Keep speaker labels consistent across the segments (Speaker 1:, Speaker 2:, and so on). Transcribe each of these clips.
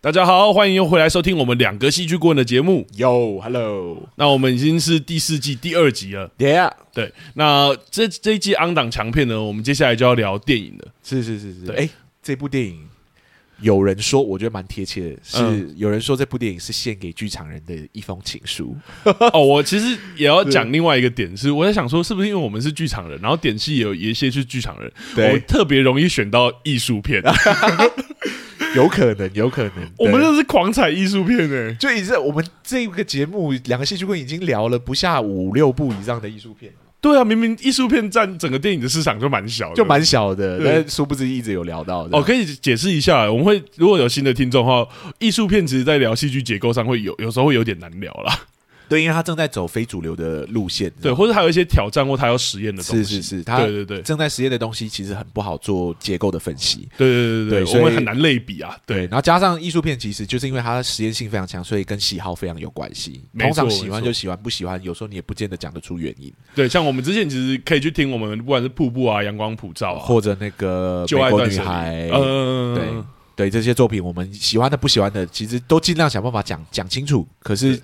Speaker 1: 大家好，欢迎又回来收听我们两个戏剧顾问的节目。
Speaker 2: Yo Hello
Speaker 1: 那我们已经是第四季第二集了，
Speaker 2: Yeah，
Speaker 1: 对。那这这一季昂档强片呢，我们接下来就要聊电影 了。
Speaker 2: 是是是是，
Speaker 1: 对
Speaker 2: 哎，这部电影有人说，我觉得蛮贴切的，是、
Speaker 1: 嗯
Speaker 2: 有人说这部电影是献给剧场人的一封情书，
Speaker 1: 哦，我其实也要讲另外一个点是，我在想说，是不是因为我们是剧场人，然后点戏也有一些是剧场人，我们，特别容易选到艺术 片，
Speaker 2: 有可能，有可能，
Speaker 1: 我们
Speaker 2: 对
Speaker 1: 真的是狂踩艺术片哎、
Speaker 2: 就已经我们这个节目两个戏剧棍已经聊了不下五六部以上的艺术片了，
Speaker 1: 对啊，明明艺术片占整个电影的市场就蛮小的，
Speaker 2: 就蛮小的，
Speaker 1: 对
Speaker 2: 但殊不啊知一直有聊到的。
Speaker 1: 哦，可以解释一下，我们会如果有新的听众的话，艺术片其实在聊戏剧结构上会有有时候会有点难聊
Speaker 2: 啊
Speaker 1: 啦，
Speaker 2: 对，因为他正在走非主流的路线，
Speaker 1: 对，或者还有一些挑战或他要实验的东
Speaker 2: 是
Speaker 1: 西，
Speaker 2: 是是，他
Speaker 1: 对对对
Speaker 2: 正在实验的东西其实很不好做结构的分析。
Speaker 1: 对对对
Speaker 2: 对
Speaker 1: 对，
Speaker 2: 所
Speaker 1: 我
Speaker 2: 以
Speaker 1: 们很难类比啊。对
Speaker 2: 然，后加上艺术片，其实就是因为它实验性非常强，所以跟喜好非常有关系。
Speaker 1: 没
Speaker 2: 通
Speaker 1: 错
Speaker 2: 常喜欢
Speaker 1: 没错
Speaker 2: 就喜欢，不喜欢有时候你也不见得讲得出原因，
Speaker 1: 对，像我们之前其实可以去听我们不管是瀑布啊、阳光普照啊、
Speaker 2: 或者那个
Speaker 1: 旧
Speaker 2: 美
Speaker 1: 爱
Speaker 2: 国
Speaker 1: 断
Speaker 2: 女
Speaker 1: 舍离
Speaker 2: 孩，
Speaker 1: 嗯，
Speaker 2: 对对这些作品，我们喜欢的不喜欢的，其实都尽量想办法讲讲清楚。可是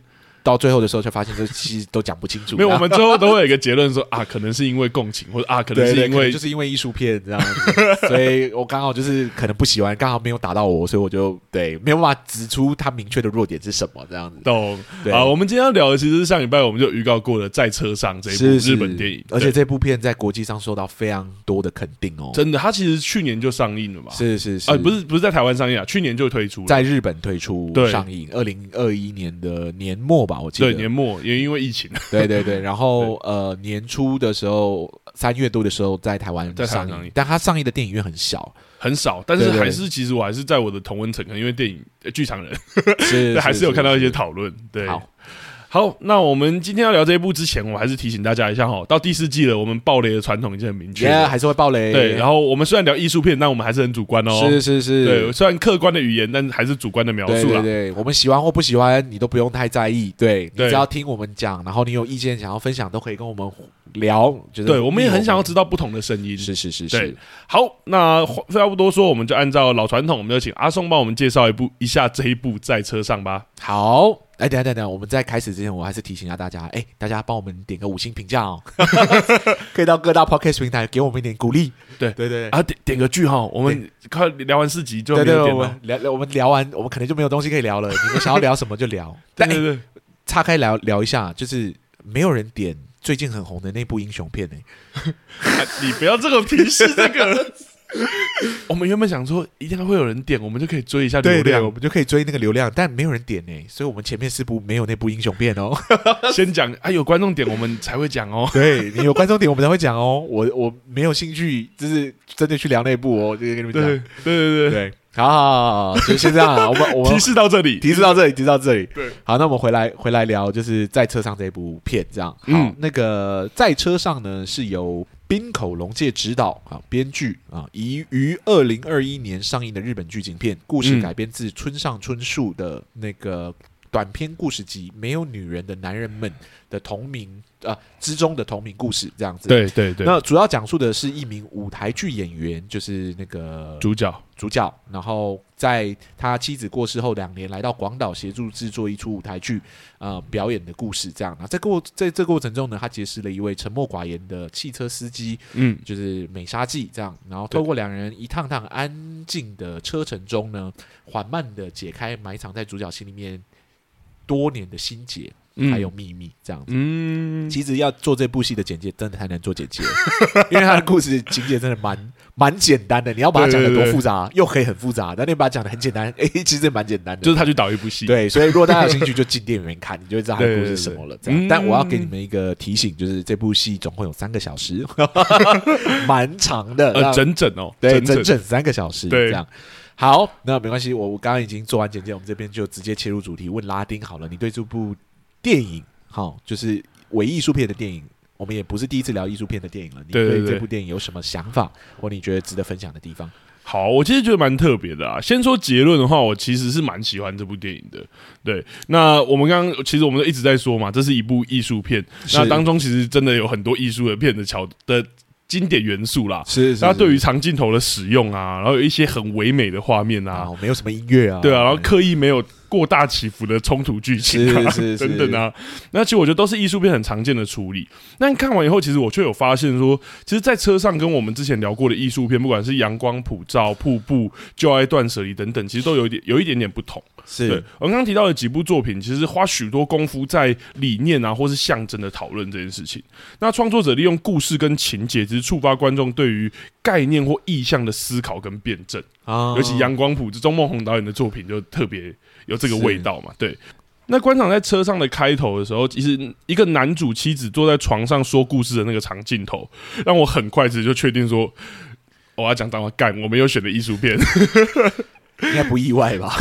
Speaker 2: 到最后的时候，却发现这其实都讲不清楚。
Speaker 1: 没有，我们最后都会有一个结论说 啊，可能是因为共情，或者啊，可能
Speaker 2: 对
Speaker 1: 是
Speaker 2: 对
Speaker 1: 因为
Speaker 2: 就是因为艺术片这样子，所以我刚好就是可能不喜欢，刚好没有打到我，所以我就对没有办法指出它明确的弱点是什么这样子。
Speaker 1: 懂
Speaker 2: 对
Speaker 1: 啊。我们今天要聊的其实是上礼拜我们就预告过的《在车上》这一部
Speaker 2: 是是
Speaker 1: 日本电影，
Speaker 2: 而且
Speaker 1: 对
Speaker 2: 这部片在国际上受到非常多的肯定哦。
Speaker 1: 真的，它其实去年就上映了嘛，
Speaker 2: 是是是，
Speaker 1: 啊，不是不是在台湾上映啊，去年就推出了，
Speaker 2: 在日本推出
Speaker 1: 对
Speaker 2: 上映，二零二一年的年末吧，我记得。
Speaker 1: 对年末，也因为疫情，
Speaker 2: 对对对，然 后呃年初的时候，三月多的时候在台湾
Speaker 1: 在台湾
Speaker 2: 上
Speaker 1: 上
Speaker 2: 映
Speaker 1: 映，
Speaker 2: 但它上映的电影院很 小，
Speaker 1: 很少，但是
Speaker 2: 对对
Speaker 1: 还是其实我还是在我的同温层，可能因为电影呃剧场人，
Speaker 2: 是
Speaker 1: 对还是有看到一些讨论，对。
Speaker 2: 好，
Speaker 1: 好，那我们今天要聊这一部之前，我还是提醒大家一下哈，到第四季了，我们爆雷的传统已经很明确
Speaker 2: 觉
Speaker 1: 了
Speaker 2: 得还是会爆雷。
Speaker 1: 对，然后我们虽然聊艺术片，但我们还是很主观哦。
Speaker 2: 是是是，
Speaker 1: 对，虽然客观的语言，但还是主观的描
Speaker 2: 对
Speaker 1: 述
Speaker 2: 对
Speaker 1: 啦。
Speaker 2: 对，我们喜欢或不喜欢，你都不用太在意。对你
Speaker 1: 对
Speaker 2: 只要听我们讲，然后你有意见想要分享，都可以跟我们聊。就是
Speaker 1: 对，我们也很想要知道不同的声音。
Speaker 2: 是是是
Speaker 1: 对
Speaker 2: 是，，
Speaker 1: 好，那话废话不多说，我们就按照老传统，我们就请阿松帮我们介绍一部一下这一部在车上吧。
Speaker 2: 好。哎，等一下等一下，我们在开始之前，我还是提醒一下大家，哎，大家帮我们点个五星评价哦， 可以到各大 podcast 平台给我们一点鼓励。
Speaker 1: 对
Speaker 2: 对对，
Speaker 1: 啊，点点个句哈，我们快聊完四集就
Speaker 2: 对
Speaker 1: 没
Speaker 2: 对，
Speaker 1: 有点了
Speaker 2: 我们。聊，我们聊完，我们可能就没有东西可以聊了。你们想要聊什么就 聊。
Speaker 1: 对
Speaker 2: 但
Speaker 1: 对
Speaker 2: 哎
Speaker 1: 对，
Speaker 2: 岔开聊聊一下，就是没有人点最近很红的那部英雄片呢、哎
Speaker 1: 啊你不要这种提示这个。 我们原本想说，一定会有人点，我们就可以追一下流
Speaker 2: 对对，我
Speaker 1: 量。
Speaker 2: 们就可以追那个流量，但没有人点呢、哎所以我们前面四部没有那部英雄片 哦。
Speaker 1: 先讲啊，有观众点我们才会讲哦。
Speaker 2: 对 你有观众点，我们才会讲哦。我我没有兴趣，就是真的去聊那部哦，就是跟你 们
Speaker 1: 对对
Speaker 2: 讲。
Speaker 1: 对对
Speaker 2: 对，好好好，就先这 样啊。我们
Speaker 1: 对，
Speaker 2: 我
Speaker 1: 提
Speaker 2: 们
Speaker 1: 示到这里，
Speaker 2: 提示到这里，提示到这里。
Speaker 1: 对，
Speaker 2: 好，那我们回来回来聊，就是在车上这部片，这样。好，
Speaker 1: 嗯
Speaker 2: 那个在车上呢是由滨口龙介执导啊，编剧啊，以于二零二一年上映的日本剧情片，故事
Speaker 1: 嗯
Speaker 2: 改编自村上春树的那个短篇故事集《没有女人的男人们》的同名啊之中的同名故事，这样子。。
Speaker 1: 对对对，
Speaker 2: 那主要讲述的是一名舞台剧演员，就是那个
Speaker 1: 主角
Speaker 2: 主角，然后在他妻子过世后两年，来到广岛协助制作一出舞台剧，呃，表演的故事这样。那在过在这过程中呢，他结识了一位沉默寡言的汽车司机，
Speaker 1: 嗯，
Speaker 2: 就是美沙纪这样。然后
Speaker 1: 对
Speaker 2: 透过两人一趟趟安静的车程中呢，缓慢的解开埋藏在主角心里面多年的心结，还有秘密这样子。
Speaker 1: 嗯，
Speaker 2: 其实要做这部戏的简介，真的太难做简介了， 因为他的故事情节真的蛮蛮简单的。你要把它讲的多复杂，又可以很复杂，但你把它讲的很简单， 诶，其实也蛮简单的。
Speaker 1: 就是他去导一部戏，
Speaker 2: 对，所以如果大家有兴趣，就进电影院看，你就会知道它的故事是什么了。这
Speaker 1: 对对对嗯
Speaker 2: 样，但我要给你们一个提醒，就是这部戏总共有三个小时， 蛮长的。
Speaker 1: 呃，
Speaker 2: 那
Speaker 1: 整整哦，
Speaker 2: 对，
Speaker 1: 整
Speaker 2: 整整三个小时，
Speaker 1: 对
Speaker 2: 这样。好，那没关系，我我刚刚已经做完简介，我们这边就直接切入主题，问拉丁好了，你对这部电影，好，就是伪艺术片的电影，我们也不是第一次聊艺术片的电影了。你
Speaker 1: 对对
Speaker 2: 对
Speaker 1: 对
Speaker 2: 这部电影有什么想法，或你觉得值得分享的地方？
Speaker 1: 好，我其实觉得蛮特别的啊。先说结论的话，我其实是蛮喜欢这部电影的。对，那我们刚刚其实我们都一直在说嘛，这是一部艺术片，那
Speaker 2: 是
Speaker 1: 当中其实真的有很多艺术的片的桥的经典元素啦。
Speaker 2: 是
Speaker 1: 它对于长镜头的使用啊，然后有一些很唯美的画面啊
Speaker 2: 啊，，我没有什么音乐啊，
Speaker 1: 对啊，然后刻意没有过大起伏的冲突剧情啊，
Speaker 2: 是是是
Speaker 1: 等等啊。那其实我觉得都是艺术片很常见的处理。那你看完以后，其实我却有发现说，其实，在车上跟我们之前聊过的艺术片，不管是阳光普照、瀑布、就爱断舍离等等，其实都有一点有一点点不同。对
Speaker 2: 是，
Speaker 1: 我刚刚提到的几部作品，其实花许多功夫在理念啊，或是象征的讨论这件事情。那创作者利用故事跟情节，只是触发观众对于概念或意象的思考跟辩证。
Speaker 2: 啊
Speaker 1: 尤其阳光普之钟梦红导演的作品就特别有这个味道嘛。对，那观赏在车上的开头的时候，其实一个男主妻子坐在床上说故事的那个长镜头，让我很快子就确定说。我要讲脏话，干！我们又选的艺术片，
Speaker 2: 应该不意外 吧？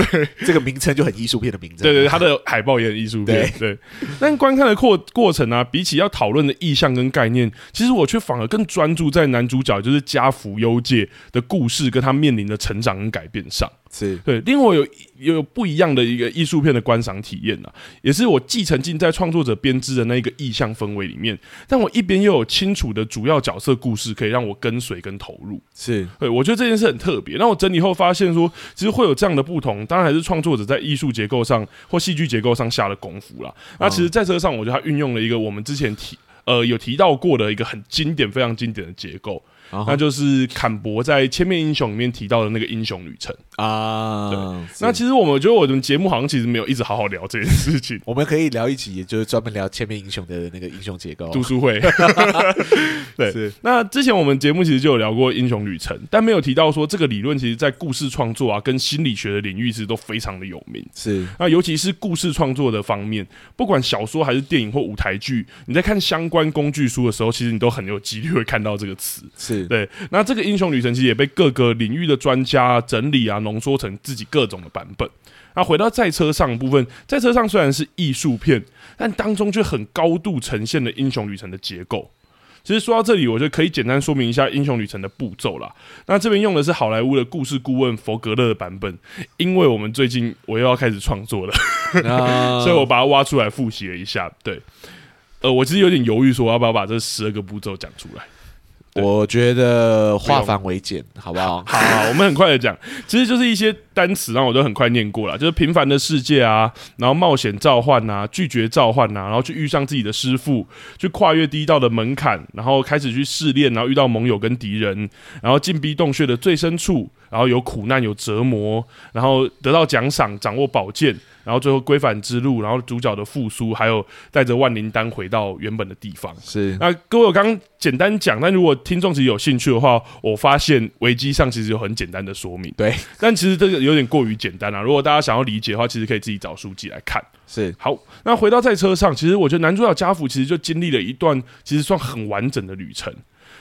Speaker 2: 这个名称就很艺术片的名字，
Speaker 1: 对对，它的海报也很艺术片，对。但观看的过过程啊，比起要讨论的意象跟概念，其实我却反而更专注在男主角就是家福优介的故事跟他面临的成长跟改变上。
Speaker 2: 是
Speaker 1: 对，另外有有不一样的一个艺术片的观赏体验啊，也是我既沉浸在创作者编织的那一个意象氛围里面，但我一边又有清楚的主要角色故事可以让我跟随跟投入。
Speaker 2: 是
Speaker 1: 对，我觉得这件事很特别。那我整理后发现说，其实会有这样的不同，当然还是创作者在艺术结构上或戏剧结构上下了功夫啦。那其实在这上，我觉得他运用了一个我们之前提呃有提到过的一个很经典、非常经典的结构，
Speaker 2: 然后
Speaker 1: 那就是坎伯在《千面英雄》里面提到的那个英雄旅程。
Speaker 2: 啊，是。
Speaker 1: 那其实我们觉得我们节目好像其实没有一直好好聊这件事情
Speaker 2: 我们可以聊一集，也就是专门聊千面英雄的那个英雄结构，啊
Speaker 1: 读书会， 对
Speaker 2: 是
Speaker 1: 那之前我们节目其实就有聊过英雄旅程，但没有提到说这个理论其实在故事创作啊跟心理学的领域其实都非常的有名。
Speaker 2: 是
Speaker 1: 那尤其是故事创作的方面，不管小说还是电影或舞台剧，你在看相关工具书的时候，其实你都很有几率会看到这个词。
Speaker 2: 是
Speaker 1: 对，那这个英雄旅程其实也被各个领域的专家、啊、整理啊，浓缩成自己各种的版本。那回到在车上的部分，在车上虽然是艺术片，但当中却很高度呈现了英雄旅程的结构。其实说到这里，我觉得可以简单说明一下《英雄旅程》的步骤啦。那这边用的是好莱坞的故事顾问佛格勒的版本，因为我们最近我又要开始创作了，
Speaker 2: 那
Speaker 1: 所以我把它挖出来复习了一下。对，呃，我其实有点犹豫，说我要不要把这十二个步骤讲出来。对
Speaker 2: 我觉得化繁为简，好不 好？
Speaker 1: 好好，我们很快的讲，其实就是一些单词，然后我都很快念过了，就是平凡的世界啊，然后冒险召唤啊，拒绝召唤啊，然后去遇上自己的师傅，去跨越第一道的门槛，然后开始去试炼，然后遇到盟友跟敌人，然后进逼洞穴的最深处，然后有苦难有折磨，然后得到奖赏，掌握宝剑，然后最后归返之路，然后主角的复苏，还有带着万灵丹回到原本的地方。
Speaker 2: 是
Speaker 1: 那各位，我刚刚简单讲，但如果听众其实有兴趣的话，我发现维基上其实有很简单的说明，
Speaker 2: 对，
Speaker 1: 但其实这个有点过于简单了、啊如果大家想要理解的话，其实可以自己找书籍来看。
Speaker 2: 是
Speaker 1: 好，那回到在车上，其实我觉得男主角家福其实就经历了一段其实算很完整的旅程。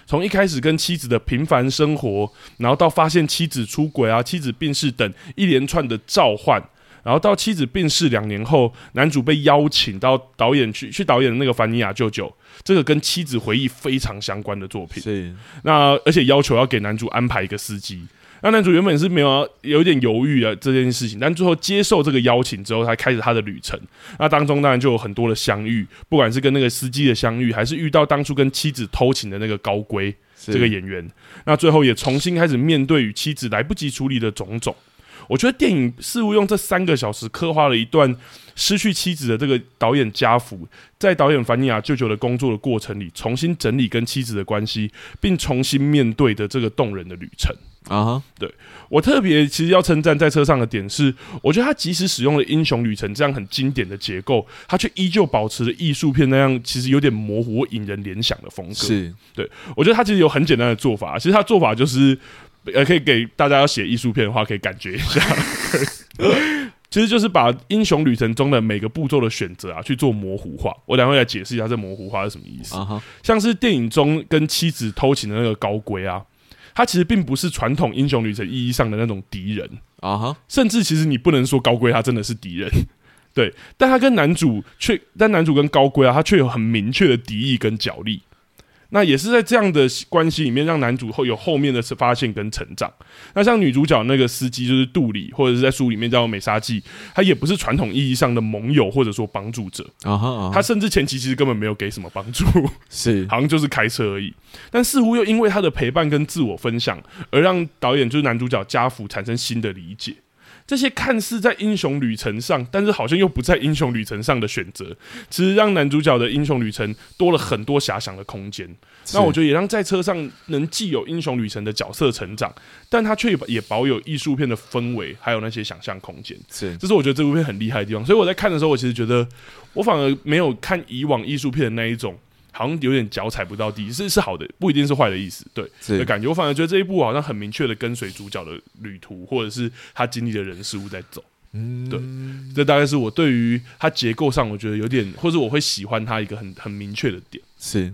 Speaker 1: 从一开始跟妻子的平凡生活，然后到发现妻子出轨啊、妻子病逝等一连串的召唤，然后到妻子病逝两年后，男主被邀请到导演去去导演的那个《凡尼亚舅舅》，这个跟妻子回忆非常相关的作品。
Speaker 2: 是
Speaker 1: 那而且要求要给男主安排一个司机。那男主原本是没有要有一点犹豫的这件事情，但最后接受这个邀请之后，才开始他的旅程。那当中当然就有很多的相遇，不管是跟那个司机的相遇，还是遇到当初跟妻子偷情的那个高龟
Speaker 2: 是
Speaker 1: 这个演员。那最后也重新开始面对与妻子来不及处理的种种。我觉得电影似乎用这三个小时刻画了一段失去妻子的这个导演家福，在导演啊凡尼亚舅舅的工作的过程里，重新整理跟妻子的关系，并重新面对的这个动人的旅程。
Speaker 2: 啊哈，
Speaker 1: 我特别其实要称赞在车上的点是，我觉得他即使使用了《英雄旅程》这样很经典的结构，他却依旧保持了艺术片那样其实有点模糊、引人联想的风格。
Speaker 2: 是
Speaker 1: 我觉得他其实有很简单的做法，其实他做法就是，呃，可以给大家要写艺术片的话，可以感觉一下。 其实就是把英雄旅程中的每个步骤的选择啊，去做模糊化。我等一下会来解释一下这模糊化是什么意思。
Speaker 2: 啊哈，
Speaker 1: 像是电影中跟妻子偷情的那个高龟啊，他其实并不是传统英雄旅程意义上的那种敌人，
Speaker 2: 啊哈，
Speaker 1: 甚至其实你不能说高龟他真的是敌人， 对，但他跟男主却，但男主跟高龟啊，他却有很明确的敌意跟角力。那也是在这样的关系里面，让男主后有后面的发现跟成长。那像女主角那个司机就是杜里，或者是在书里面叫美沙纪，他也不是传统意义上的盟友或者说帮助者，
Speaker 2: 啊哈啊哈，
Speaker 1: 他甚至前期其实根本没有给什么帮助，
Speaker 2: 是
Speaker 1: 好像就是开车而已。但似乎又因为他的陪伴跟自我分享，而让导演就是男主角家福产生新的理解。这些看似在英雄旅程上，但是好像又不在英雄旅程上的选择，其实让男主角的英雄旅程多了很多遐想的空间。那我觉得也让在车上能既有英雄旅程的角色成长，但他却也保有艺术片的氛围，还有那些想象空间。
Speaker 2: 是
Speaker 1: 这是我觉得这部片很厉害的地方。所以我在看的时候，我其实觉得我反而没有看以往艺术片的那一种，好像有点脚踩不到地，是是好的，不一定是坏的意思。对的
Speaker 2: 是
Speaker 1: 感觉，我反而觉得这一部好像很明确的跟随主角的旅途，或者是他经历的人事物在走。
Speaker 2: 嗯，
Speaker 1: 对这大概是我对于它结构上，我觉得有点，或者我会喜欢它一个很 很明确的点。
Speaker 2: 是，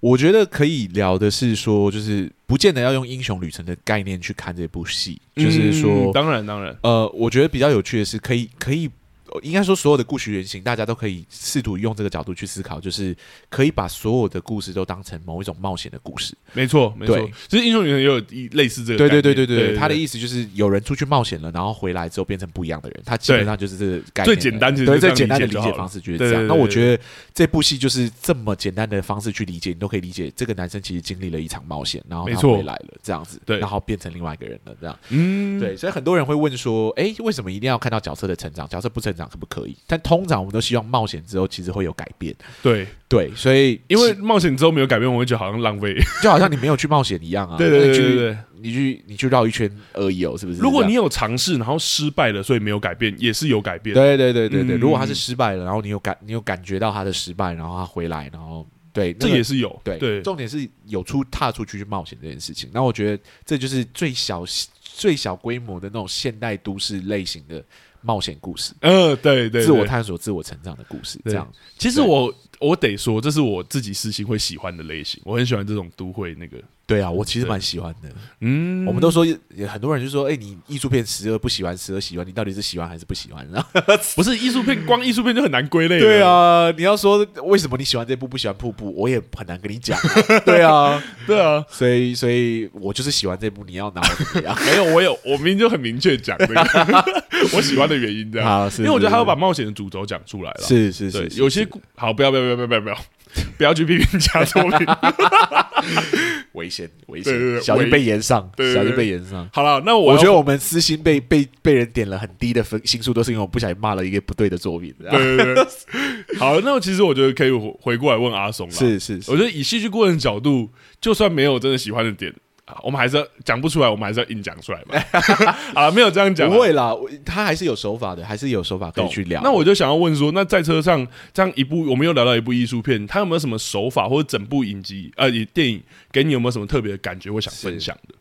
Speaker 2: 我觉得可以聊的是说，就是不见得要用英雄旅程的概念去看这部戏，就是说
Speaker 1: 嗯，当然当然，
Speaker 2: 呃，我觉得比较有趣的是，可以可以。呃应该说，所有的故事原型，大家都可以试图用这个角度去思考，就是可以把所有的故事都当成某一种冒险的故事。
Speaker 1: 没错没错
Speaker 2: 对。
Speaker 1: 其实英雄旅程也有一类似这个概
Speaker 2: 对
Speaker 1: 念，
Speaker 2: 对对对对，他的
Speaker 1: 对
Speaker 2: 意思就是有人出去冒险了，然后回来之后变成不一样的人，他基本
Speaker 1: 对
Speaker 2: 上就是这个概
Speaker 1: 最
Speaker 2: 念了。
Speaker 1: 简单其实就
Speaker 2: 对
Speaker 1: 这
Speaker 2: 最
Speaker 1: 样
Speaker 2: 简单的
Speaker 1: 理
Speaker 2: 理
Speaker 1: 解就
Speaker 2: 解
Speaker 1: 好
Speaker 2: 方式就是
Speaker 1: 对
Speaker 2: 这样。
Speaker 1: 对
Speaker 2: 那
Speaker 1: 对
Speaker 2: 我
Speaker 1: 对
Speaker 2: 觉得这部戏就是这么简单的方式去理解，你都可以理解这个男生其实经历了一场冒险，然后
Speaker 1: 没
Speaker 2: 他
Speaker 1: 错
Speaker 2: 回来了这样子，
Speaker 1: 对
Speaker 2: 然后变成另外一个人了这样。
Speaker 1: 嗯
Speaker 2: 对，所以很多人会问说，诶，为什么一定要看到角色的成长？角色不成长可不可以？但通常我们都希望冒险之后其实会有改变。
Speaker 1: 对，
Speaker 2: 对，所以
Speaker 1: 因为冒险之后没有改变，我会觉得好像浪费。
Speaker 2: 就好像你没有去冒险一样啊，
Speaker 1: 对对对对
Speaker 2: 你去
Speaker 1: 对。
Speaker 2: 你去你去绕一圈而已哦，是不是？
Speaker 1: 如果
Speaker 2: 这样
Speaker 1: 你有尝试，然后失败了，所以没有改变，也是有改变。
Speaker 2: 对对对对对，
Speaker 1: 嗯
Speaker 2: 如果他是失败了，然后你有感你有感觉到他的失败，然后他回来，然后对，
Speaker 1: 这
Speaker 2: 那个
Speaker 1: 也是有。
Speaker 2: 对
Speaker 1: 对，
Speaker 2: 重点是有出踏出去去冒险这件事情。那我觉得这就是最小最小规模的那种现代都市类型的冒险故事，
Speaker 1: 呃，对对对，
Speaker 2: 自我探索、自我成长的故事，
Speaker 1: 对
Speaker 2: 这样
Speaker 1: 其实我我得说，这是我自己私心会喜欢的类型，我很喜欢这种都会那个。
Speaker 2: 对啊，我其实
Speaker 1: 对
Speaker 2: 蛮喜欢的。
Speaker 1: 嗯，
Speaker 2: 我们都说，也很多人就说，哎、你艺术片十二不喜欢，十二喜欢，你到底是喜欢还是不喜欢？ 然后
Speaker 1: 不是艺术片，光艺术片就很难归类。
Speaker 2: 对，啊，你要说为什么你喜欢这部不喜欢瀑布，我也很难跟你讲啊、 对啊，
Speaker 1: 对啊，
Speaker 2: 所以，所以我就是喜欢这部，你要拿我怎么样
Speaker 1: 没有，我有，我明明就很明确讲 这个我喜欢的原因，这样，
Speaker 2: 啊？是
Speaker 1: 因为我觉得他要把冒险的主轴讲出来了。
Speaker 2: 是是
Speaker 1: 对
Speaker 2: 是，，
Speaker 1: 有些故好，不要不要不要不要不要 不要去批评加作品。
Speaker 2: 危险危
Speaker 1: 对对对
Speaker 2: 险，小心
Speaker 1: 危
Speaker 2: 被延上，
Speaker 1: 对对
Speaker 2: 小
Speaker 1: 对
Speaker 2: 心被延上。
Speaker 1: 好了，那我
Speaker 2: 我
Speaker 1: 要
Speaker 2: 觉得我们私心被被被人点了很低的分心数，都是因为我不小心骂了一个不对的作品。这样
Speaker 1: 对对对，好，那其实我觉得可以回回过来问阿松了。
Speaker 2: 是是是，
Speaker 1: 我觉得以戏剧顾问的角度，就算没有真的喜欢的点啊，我们还是要讲不出来，我们还是要硬讲出来 吧。啊，没有这样讲啊，
Speaker 2: 不会啦，我他还是有手法的，还是有手法可
Speaker 1: 懂
Speaker 2: 以去聊。
Speaker 1: 那我就想要问说，那在车上这样一部，我们又聊到一部艺术片，它有没有什么手法或者整部影集呃也电影给你有没有什么特别的感觉或想分 享的？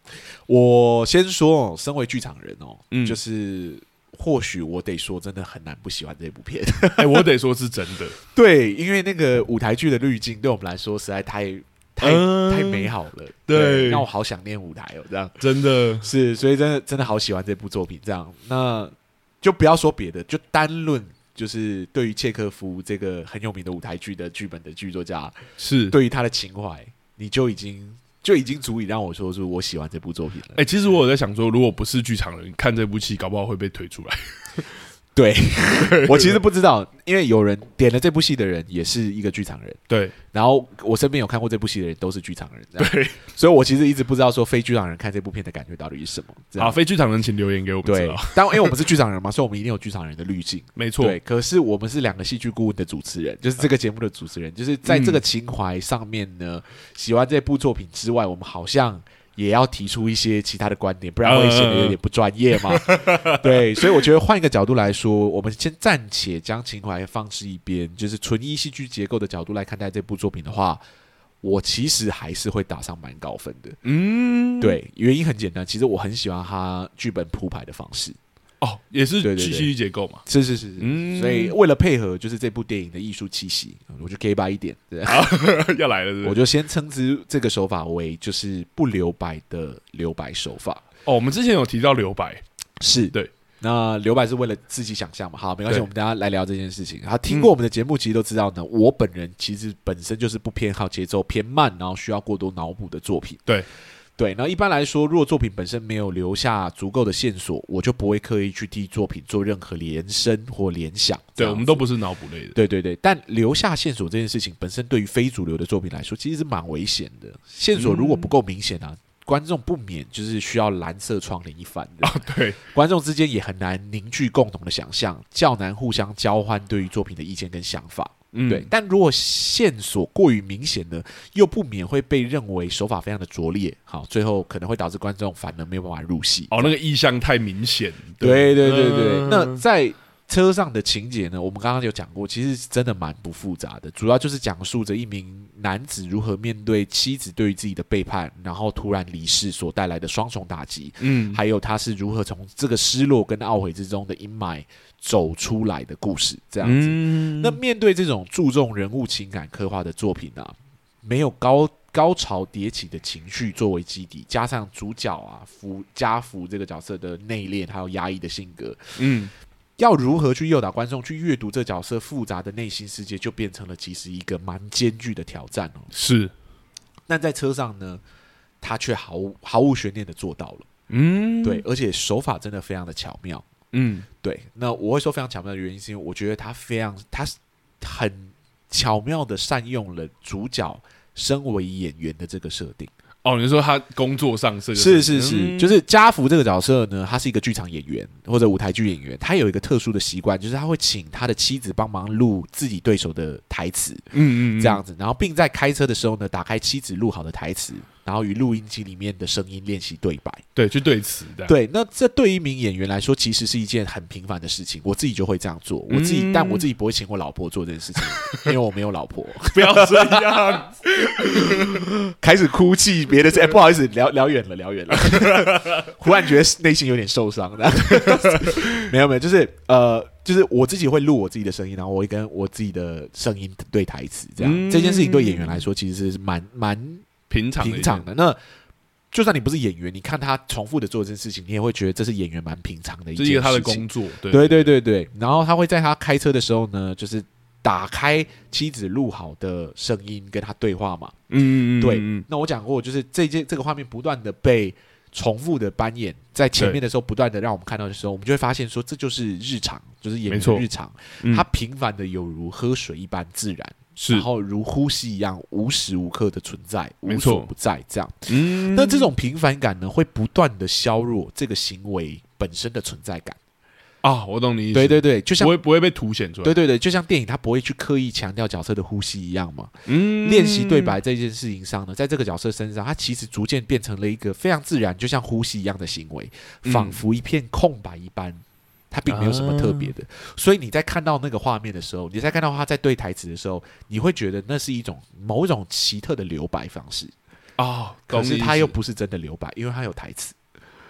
Speaker 2: 我先说，哦，身为剧场人哦，
Speaker 1: 嗯
Speaker 2: 就是或许我得说，真的很难不喜欢这部片。
Speaker 1: 哎、我得说是真的，
Speaker 2: 对，因为那个舞台剧的滤镜对我们来说实在太太、
Speaker 1: 嗯
Speaker 2: 太美好了。
Speaker 1: 对
Speaker 2: 让我好想念舞台哦，这样
Speaker 1: 真的，
Speaker 2: 是，所以真的真的好喜欢这部作品。这样，那就不要说别的，就单论。就是对于契科夫这个很有名的舞台剧的剧本的剧作家，
Speaker 1: 是。
Speaker 2: 对于他的情怀，你就已经就已经足以让我说出我喜欢这部作品了。
Speaker 1: 哎、其实我有在想说，如果不是剧场人看这部戏，搞不好会被推出来。
Speaker 2: 对，我其实不知道，因为有人点了这部戏的人也是一个剧场人，
Speaker 1: 对，
Speaker 2: 然后我身边有看过这部戏的人都是剧场人，对，所以我其实一直不知道说非剧场人看这部片的感觉到底是什么。这
Speaker 1: 好，
Speaker 2: 样
Speaker 1: 啊非剧场人请留言给我们知
Speaker 2: 对
Speaker 1: 道。，
Speaker 2: 当因为我们是剧场人嘛，所以我们一定有剧场人的滤镜。
Speaker 1: 没错，
Speaker 2: 对，可是我们是两个戏剧顾问的主持人，就是这个节目的主持人，就是在这个情怀上面呢，
Speaker 1: 嗯
Speaker 2: 喜欢这部作品之外，我们好像也要提出一些其他的观点，不然会显得有点不专业 嘛。对，所以我觉得换一个角度来说，我们先暂且将情怀放置一边，就是纯一戏剧结构的角度来看待这部作品的话，我其实还是会打上蛮高分的。
Speaker 1: 嗯，
Speaker 2: 对，原因很简单，其实我很喜欢他剧本铺排的方式。
Speaker 1: 哦，也是
Speaker 2: 对对对
Speaker 1: 戏剧结构嘛。
Speaker 2: 是是是是，
Speaker 1: 嗯
Speaker 2: 所以为了配合就是这部电影的艺术气息，嗯我就 gay 吧一点，对
Speaker 1: 要来了是不
Speaker 2: 我
Speaker 1: 是，
Speaker 2: 就先称之这个手法为就是不留白的留白手法。
Speaker 1: 哦，我们之前有提到留白，
Speaker 2: 是
Speaker 1: 对，
Speaker 2: 那留白是为了自己想象嘛？好，没关系，
Speaker 1: 对嗯
Speaker 2: 我们等一下来聊这件事情。好，听过我们的节目，其实都知道呢，我本人其实本身就是不偏好节奏偏慢，然后需要过多脑补的作品。
Speaker 1: 对。
Speaker 2: 对，那一般来说，如果作品本身没有留下足够的线索，我就不会刻意去替作品做任何延伸或联想。这
Speaker 1: 对，
Speaker 2: 样
Speaker 1: 我们
Speaker 2: 子
Speaker 1: 都不是脑补类的。
Speaker 2: 对对对，但留下线索这件事情本身对于非主流的作品来说，其实是蛮危险的。线索如果不够明显啊，观众不免就是需要蓝色窗帘一番 的。
Speaker 1: 哦对，
Speaker 2: 观众之间也很难凝聚共同的想象，较难互相交换对于作品的意见跟想法。
Speaker 1: 嗯，
Speaker 2: 对，但如果线索过于明显呢，又不免会被认为手法非常的拙劣，好，最后可能会导致观众反而没有办法入戏。
Speaker 1: 哦，那个意象太明显。
Speaker 2: 对对
Speaker 1: 对
Speaker 2: 对对，
Speaker 1: 嗯
Speaker 2: 那在车上的情节呢，我们刚刚有讲过，其实是真的蛮不复杂的，主要就是讲述着一名男子如何面对妻子对于自己的背叛，然后突然离世所带来的双重打击，
Speaker 1: 嗯，
Speaker 2: 还有他是如何从这个失落跟懊悔之中的阴霾走出来的故事，这样子。
Speaker 1: 嗯
Speaker 2: 那面对这种注重人物情感刻画的作品啊，没有高高潮迭起的情绪作为基底，加上主角啊福家福这个角色的内敛还有压抑的性格，
Speaker 1: 嗯，
Speaker 2: 要如何去诱导观众去阅读这角色复杂的内心世界，就变成了其实一个蛮艰巨的挑战哦。
Speaker 1: 是，
Speaker 2: 但在车上呢，他却毫无毫无悬念的做到了。
Speaker 1: 嗯，
Speaker 2: 对，，而且手法真的非常的巧妙。
Speaker 1: 嗯，
Speaker 2: 对，那我会说非常巧妙的原因，是因为我觉得他非常，他是很巧妙的善用了主角身为演员的这个设定。
Speaker 1: 哦，你说他工作上这个嗯
Speaker 2: 是是是，就是是家福这个角色呢，他是一个剧场演员或者舞台剧演员，他有一个特殊的习惯，就是他会请他的妻子帮忙录自己对手的台词，
Speaker 1: 嗯嗯嗯
Speaker 2: 这样子，然后并在开车的时候呢，打开妻子录好的台词，然后与录音机里面的声音练习对白。
Speaker 1: 对，去对词的，
Speaker 2: 对，那这对于一名演员来说，其实是一件很平凡的事情。我自己就会这样做，我自己，
Speaker 1: 嗯
Speaker 2: 但我自己不会请我老婆做这件事情，因为我没有老婆。
Speaker 1: 不要这样，
Speaker 2: 开始哭泣，别的事，哎、不好意思，聊聊远了，聊远了。 忽然觉得内心有点受伤的， 没有没有，就是呃，就是我自己会录我自己的声音，然后我会跟我自己的声音对台词，这样、
Speaker 1: 嗯
Speaker 2: 这件事情对演员来说其实是蛮蛮
Speaker 1: 平常的
Speaker 2: 平
Speaker 1: 一
Speaker 2: 常
Speaker 1: 件
Speaker 2: 的。那就算你不是演员，你看他重复的做这件事情，你也会觉得这是演员蛮平常的一
Speaker 1: 这
Speaker 2: 件
Speaker 1: 是一个他的
Speaker 2: 事情
Speaker 1: 工作，对
Speaker 2: 对对对对，然后他会在他开车的时候呢，就是打开妻子录好的声音跟他对话嘛。
Speaker 1: 嗯嗯嗯，
Speaker 2: 对
Speaker 1: 嗯
Speaker 2: 那我讲过，就是这件这个画面不断的被重复的扮演，在前面的时候不断的让我们看到的时候，我们就会发现说，这就是日常，就是演员
Speaker 1: 没错
Speaker 2: 的日常，
Speaker 1: 嗯
Speaker 2: 他平凡的有如喝水一般自然，
Speaker 1: 是
Speaker 2: 然，后如呼吸一样无时无刻的存在，
Speaker 1: 没
Speaker 2: 无所
Speaker 1: 错
Speaker 2: 不在这样。
Speaker 1: 嗯
Speaker 2: 那这种平凡感呢，会不断的削弱这个行为本身的存在感。
Speaker 1: 啊，我懂你意思，
Speaker 2: 对，对对，就像
Speaker 1: 不会不会被凸显出来，
Speaker 2: 对，对对，就像电影它不会去刻意强调角色的呼吸一样嘛。
Speaker 1: 嗯
Speaker 2: 练习对，白这件事情上呢，在这个角色身上，它其实逐渐变成了一个非常自然，就像呼吸一样的行为，
Speaker 1: 嗯
Speaker 2: 仿佛一片空白一般。它并没有什么特别的，
Speaker 1: 啊
Speaker 2: 所以你在看到那个画面的时候，你在看到他在对台词的时候，你会觉得那是一种某种奇特的留白方式，
Speaker 1: 哦，懂
Speaker 2: 可
Speaker 1: 你
Speaker 2: 是
Speaker 1: 意思
Speaker 2: 他又不是真的留白，因为他有台词。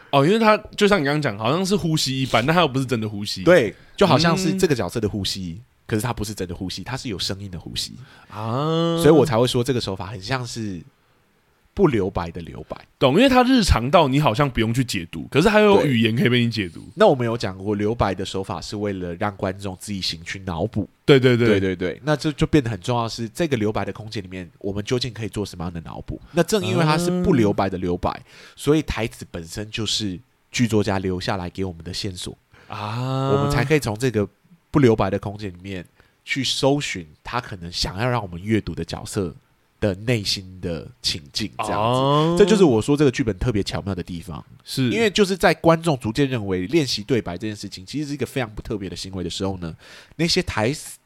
Speaker 1: 哦，因为他就像你刚刚讲，好像是呼吸一般，但他又不是真的呼吸，
Speaker 2: 对，就好像是
Speaker 1: 嗯
Speaker 2: 这个角色的呼吸，可是他不是真的呼吸，他是有声音的呼吸。
Speaker 1: 啊，
Speaker 2: 所以我才会说这个手法很像是不留白的留白。
Speaker 1: 懂，因为他日常到你好像不用去解读，可是他又有
Speaker 2: 对
Speaker 1: 语言可以被你解读，
Speaker 2: 那我们有讲过，留白的手法是为了让观众自己行去脑补。
Speaker 1: 对对对
Speaker 2: 对对对，那这就变得很重要的是，这个留白的空间里面，我们究竟可以做什么样的脑补？那正因为它是不留白的留白，所以台词本身就是剧作家留下来给我们的线索，
Speaker 1: 啊，
Speaker 2: 我们才可以从这个不留白的空间里面去搜寻他可能想要让我们阅读的角色的内心的情境，这样子。
Speaker 1: 哦
Speaker 2: 这就是我说这个剧本特别巧妙的地方，
Speaker 1: 是
Speaker 2: 因为就是在观众逐渐认为练习对白这件事情其实是一个非常不特别的行为的时候呢，那些台词、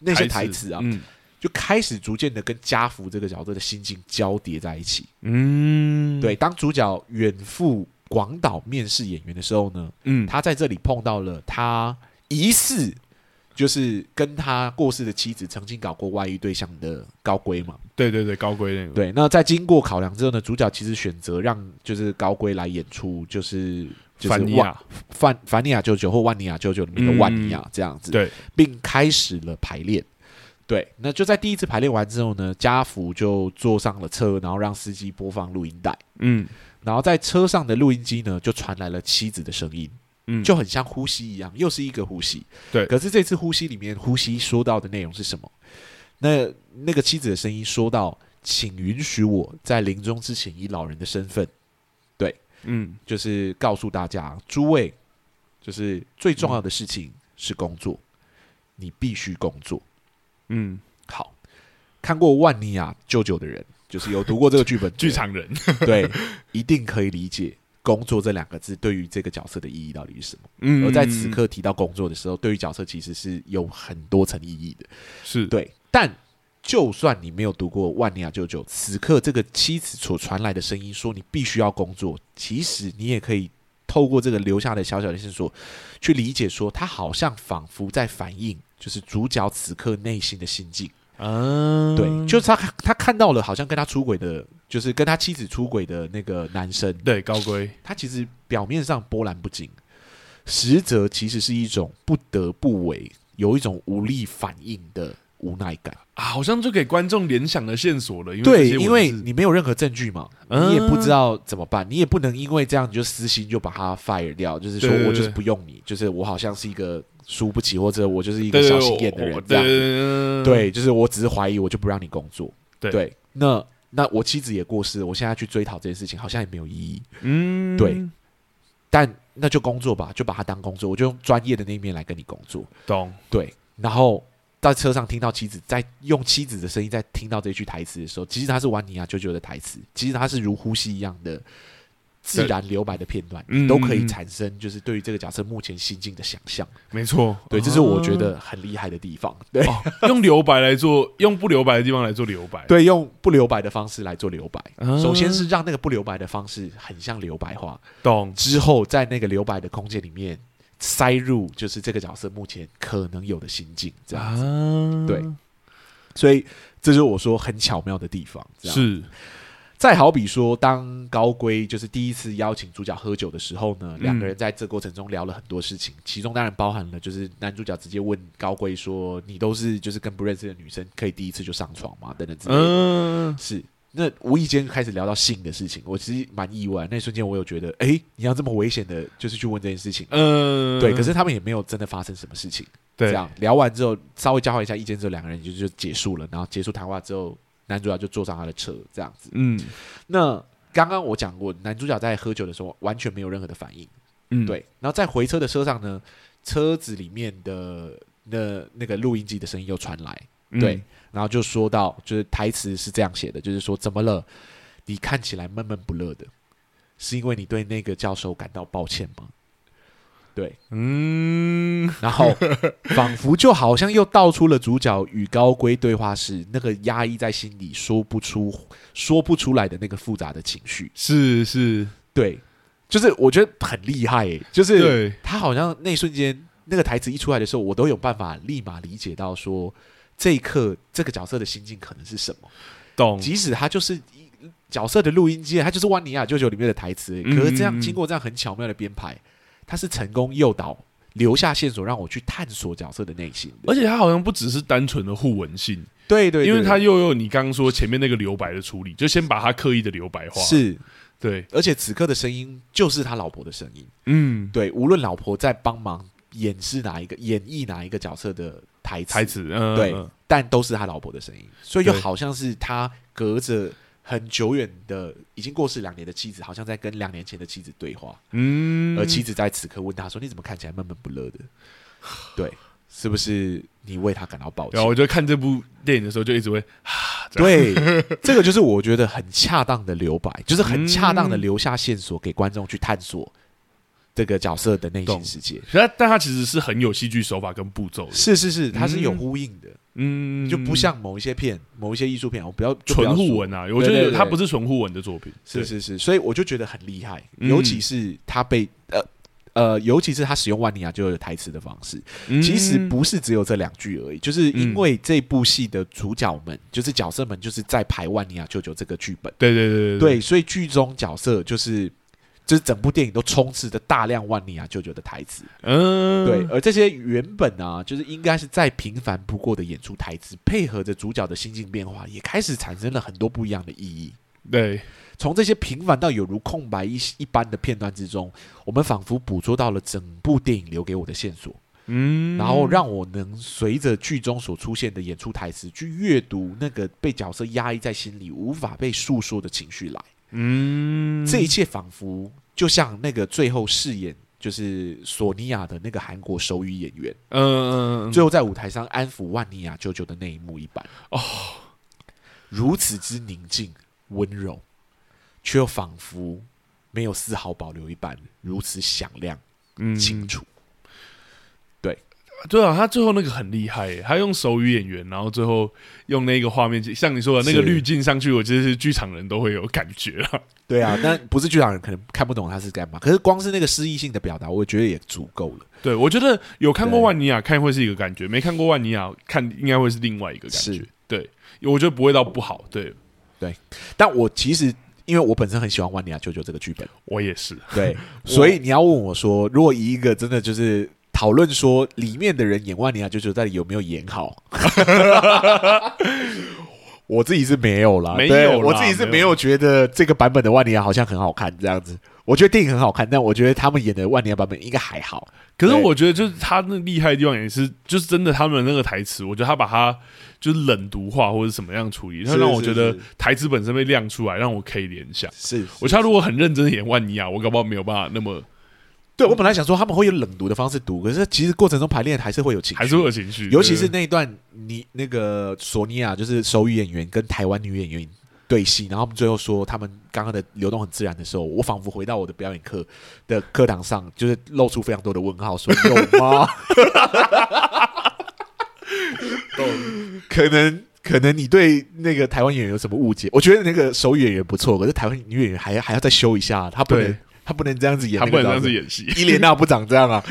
Speaker 2: 那些台词啊，
Speaker 1: 嗯
Speaker 2: 就开始逐渐的跟家福这个角色的心境交叠在一起。
Speaker 1: 嗯，
Speaker 2: 对，当主角远赴广岛面试演员的时候呢，
Speaker 1: 嗯，
Speaker 2: 他在这里碰到了他疑似就是跟他过世的妻子曾经搞过外遇对象的高龟嘛。
Speaker 1: 对对对，高规那个，
Speaker 2: 对，那在经过考量之后呢，主角其实选择让就是高龟来演出，就是就是
Speaker 1: 凡尼
Speaker 2: 万
Speaker 1: 亚，
Speaker 2: 凡凡尼亚舅舅或万尼亚舅舅里面的万尼亚这样子，
Speaker 1: 嗯对，
Speaker 2: 并开始了排练。对，那就在第一次排练完之后呢，家福就坐上了车，然后让司机播放录音带，
Speaker 1: 嗯
Speaker 2: 然后在车上的录音机呢就传来了妻子的声音，
Speaker 1: 嗯
Speaker 2: 就很像呼吸一样，又是一个呼吸。
Speaker 1: 对
Speaker 2: 可是这次呼吸里面，呼吸说到的内容是什么？那那个妻子的声音说到：“请允许我在临终之前以老人的身份，
Speaker 1: 嗯
Speaker 2: 就是告诉大家，诸位，就是最重要的事情是工作，你必须工作。
Speaker 1: 嗯，
Speaker 2: 好，看过《万尼亚舅舅》的人，就是有读过这个剧本
Speaker 1: 剧场人，
Speaker 2: 对，一定可以理解“工作”这两个字对于这个角色的意义到底是什么。
Speaker 1: 嗯，
Speaker 2: 而在此刻提到工作的时候，对于角色其实是有很多层意义的。
Speaker 1: 是，
Speaker 2: 对，但就算你没有读过《万尼亚舅舅》，此刻这个妻子所传来的声音说你必须要工作，其实你也可以透过这个留下的小小的线索，去理解说他好像仿佛在反映就是主角此刻内心的心境。
Speaker 1: 嗯，
Speaker 2: 对，就是他他看到了好像跟他出轨的，就是跟他妻子出轨的那个男生，
Speaker 1: 对高规，
Speaker 2: 他其实表面上波澜不惊，实则其实是一种不得不为，有一种无力反应的无奈感。
Speaker 1: 啊，好像就给观众联想的线索了，因为
Speaker 2: 对，
Speaker 1: 这些文
Speaker 2: 因为
Speaker 1: 字
Speaker 2: 你没有任何证据嘛，
Speaker 1: 嗯
Speaker 2: 你也不知道怎么办，你也不能因为这样你就私心就把他 fire 掉，就是说
Speaker 1: 对对
Speaker 2: 我就是
Speaker 1: 对
Speaker 2: 不用你，就是我好像是一个输不起，或者我就是一
Speaker 1: 对
Speaker 2: 个
Speaker 1: 对
Speaker 2: 小
Speaker 1: 嗯对
Speaker 2: 心
Speaker 1: 我
Speaker 2: 眼的人
Speaker 1: 我
Speaker 2: 这样子。
Speaker 1: 哦对嗯
Speaker 2: 对，就是我只是怀疑，我就不让你工作。
Speaker 1: 对
Speaker 2: 那那我妻子也过世了，我现在去追讨这件事情好像也没有意义，
Speaker 1: 嗯，
Speaker 2: 对，但那就工作吧，就把它当工作，我就用专业的那一面来跟你工作。
Speaker 1: 懂，
Speaker 2: 对，然后在车上听到妻子在用妻子的声音在听到这句台词的时候，其实它是玩尼啊亚舅舅的台词，其实它是如呼吸一样的自然留白的片段，
Speaker 1: 嗯
Speaker 2: 都可以
Speaker 1: 嗯嗯
Speaker 2: 产生就是对于这个角色目前心境的想象。
Speaker 1: 没错，
Speaker 2: 对，这是我觉
Speaker 1: 啊
Speaker 2: 得很厉害的地方。对。
Speaker 1: 哦，用留白来做， 用不留白的地方来做留白。，
Speaker 2: 对，用不留白的方式来做留白。
Speaker 1: 啊
Speaker 2: 首先是让那个不留白的方式很像留白化，
Speaker 1: 懂，
Speaker 2: 之后在那个留白的空间里面塞入就是这个角色目前可能有的心境，这样。
Speaker 1: 啊，
Speaker 2: 对，所以这就是我说很巧妙的地方。这样
Speaker 1: 是，
Speaker 2: 再好比说，当高龟就是第一次邀请主角喝酒的时候呢，
Speaker 1: 嗯
Speaker 2: 两个人在这过程中聊了很多事情，其中当然包含了就是男主角直接问高龟说：“你都是就是跟不认识的女生可以第一次就上床吗？”等等之类的。
Speaker 1: 嗯，
Speaker 2: 是。那无意间开始聊到性的事情，我其实蛮意外。那瞬间我有觉得，诶，你要这么危险的，就是去问这件事情，
Speaker 1: 嗯，
Speaker 2: 对。可是他们也没有真的发生什么事情。
Speaker 1: 对
Speaker 2: 这，样聊完之后，稍微交换一下意见之后，两个人就就结束了。然后结束谈话之后，男主角就坐上他的车，这样子。
Speaker 1: 嗯
Speaker 2: 那刚刚我讲过，男主角在喝酒的时候完全没有任何的反应，
Speaker 1: 嗯，
Speaker 2: 对。然后在回车的车上呢，车子里面的那那个录音机的声音又传来，
Speaker 1: 嗯
Speaker 2: 对，，然后就说到，就是台词是这样写的，就是说怎么了？你看起来闷闷不乐的，是因为你对那个教授感到抱歉吗？对，
Speaker 1: 嗯，
Speaker 2: 然后仿佛就好像又道出了主角与高龟对话时那个压抑在心里说不出、说不出来的那个复杂的情绪。
Speaker 1: 是是，
Speaker 2: 对，就是我觉得很厉害、欸，就是
Speaker 1: 对，
Speaker 2: 他好像那瞬间那个台词一出来的时候，我都有办法立马理解到说这一刻这个角色的心境可能是什么。
Speaker 1: 懂，
Speaker 2: 即使他就是一角色的录音机，他就是《万尼亚舅舅》里面的台词而已，
Speaker 1: 嗯
Speaker 2: 可是这样
Speaker 1: 嗯嗯
Speaker 2: 经过这样很巧妙的编排，他是成功诱导留下线索，让我去探索角色的内心的。
Speaker 1: 而且它好像不只是单纯的互文性，
Speaker 2: 对对
Speaker 1: 呃因为
Speaker 2: 对
Speaker 1: 它又有你刚刚说前面那个留白的处理，就先把它刻意的留白化，，
Speaker 2: 是，
Speaker 1: 对，
Speaker 2: 而且此刻的声音就是他老婆的声音。
Speaker 1: 嗯，
Speaker 2: 对，无论老婆在帮忙演示哪一个、演绎哪一个角色的台词，
Speaker 1: 台词，嗯，
Speaker 2: 对
Speaker 1: 嗯
Speaker 2: 但都是他老婆的声音，所以就
Speaker 1: 对
Speaker 2: 好像是他隔着。很久远的，已经过世两年的妻子，好像在跟两年前的妻子对话。
Speaker 1: 嗯，
Speaker 2: 而妻子在此刻问他说：“你怎么看起来闷闷不乐的？”对，是不是你为他感到抱
Speaker 1: 然后
Speaker 2: 歉？
Speaker 1: 啊我就看这部电影的时候，就一直会啊
Speaker 2: 对，这个就是我觉得很恰当的留白，就是很恰当的
Speaker 1: 嗯
Speaker 2: 留下线索给观众去探索这个角色的内心
Speaker 1: 懂
Speaker 2: 世界。
Speaker 1: 但但它其实是很有戏剧手法跟步骤的，
Speaker 2: 是是是，它是有呼应的，
Speaker 1: 嗯，
Speaker 2: 就不像某一些片、某一些艺术片，我不要就不要
Speaker 1: 纯
Speaker 2: 说
Speaker 1: 互文啊，我觉
Speaker 2: 对对
Speaker 1: 得
Speaker 2: 对
Speaker 1: 它不是纯互文的作品，
Speaker 2: 是
Speaker 1: 对，
Speaker 2: 是是，所以我就觉得很厉害，
Speaker 1: 嗯
Speaker 2: 尤其是他被呃呃，尤其是他使用万尼亚就有台词的方式，
Speaker 1: 嗯
Speaker 2: 其实不是只有这两句而已，就是因为这部戏的主角
Speaker 1: 嗯
Speaker 2: 们，就是角色们，就是在排《万尼亚舅舅》这个剧本，
Speaker 1: 对对对
Speaker 2: 对，所以剧中角色就是。就是整部电影都充斥着大量万尼亚舅舅的台词，
Speaker 1: 嗯，
Speaker 2: 对，而这些原本啊，就是应该是再平凡不过的演出台词，配合着主角的心境变化，也开始产生了很多不一样的意义。
Speaker 1: 对，
Speaker 2: 从这些平凡到有如空白一一般的片段之中，我们仿佛捕捉到了整部电影留给我的线索，
Speaker 1: 嗯，
Speaker 2: 然后让我能随着剧中所出现的演出台词去阅读那个被角色压抑在心里无法被诉说的情绪来。
Speaker 1: 嗯，
Speaker 2: 这一切仿佛就像那个最后饰演就是索尼娅的那个韩国手语演员，
Speaker 1: 嗯嗯嗯
Speaker 2: 最后在舞台上安抚万妮亚舅舅的那一幕一般。
Speaker 1: 哦，
Speaker 2: 如此之宁静、温柔，却又仿佛没有丝毫保留一般，如此响亮、
Speaker 1: 嗯
Speaker 2: 清楚。
Speaker 1: 对啊，他最后那个很厉害耶，他用手语演员，然后最后用那个画面，像你说的那个
Speaker 2: 是
Speaker 1: 滤镜上去，我觉得是剧场人都会有感觉啦。
Speaker 2: 对啊，但不是剧场人可能看不懂他是干嘛，可是光是那个诗意性的表达，我觉得也足够了。
Speaker 1: 对，我觉得有看过
Speaker 2: 对
Speaker 1: 万尼亚看会是一个感觉，没看过万尼亚看应该会是另外一个感觉
Speaker 2: 是。
Speaker 1: 对，我觉得不会到不好。对
Speaker 2: 但我其实因为我本身很喜欢《万尼亚舅舅》这个剧 本，
Speaker 1: 我也是，
Speaker 2: 对，所以你要问我说，如果以一个真的就是讨论说里面的人演万尼亚舅舅到底有没有演好， 我自己是没有啦，
Speaker 1: 没
Speaker 2: 对
Speaker 1: 有啦
Speaker 2: 我自己是
Speaker 1: 没
Speaker 2: 没
Speaker 1: 有
Speaker 2: 有觉得这个版本的万尼亚好像很好看这样子。我觉得电影很好看，但我觉得他们演的万尼亚版本应该还好。
Speaker 1: 可是
Speaker 2: 对
Speaker 1: 我觉得就是他那厉害的地方也是，就是真的他们那个台词，我觉得他把它就是冷读化或者怎么样处理，他
Speaker 2: 是
Speaker 1: 让我
Speaker 2: 是
Speaker 1: 觉得
Speaker 2: 是
Speaker 1: 台词本身被亮出来，让我可以联想。
Speaker 2: 是
Speaker 1: 我觉得他如果很认真地演万尼亚，我搞不好没有办法那么，
Speaker 2: 对我本来想说他们会用冷读的方式读，可是其实过程中排练还是会有情绪，
Speaker 1: 还是会有情绪，
Speaker 2: 尤其是
Speaker 1: 对
Speaker 2: 那一段你那个索尼娅就是手语演员跟台湾女演员对戏，然后他们最后说他们刚刚的流动很自然的时候，我仿佛回到我的表演课的课堂上，就是露出非常多的问号，说有 吗？ 可能可能你对那个台湾演员有什么误解？我觉得那个手语演员不错，可是台湾女演员还还要再修一下，她不
Speaker 1: 对
Speaker 2: 能她不能这样子演
Speaker 1: 他
Speaker 2: 那
Speaker 1: 不
Speaker 2: 个
Speaker 1: 能这
Speaker 2: 角
Speaker 1: 样
Speaker 2: 色
Speaker 1: 子。演戏。
Speaker 2: 伊莲娜不长这 样啊，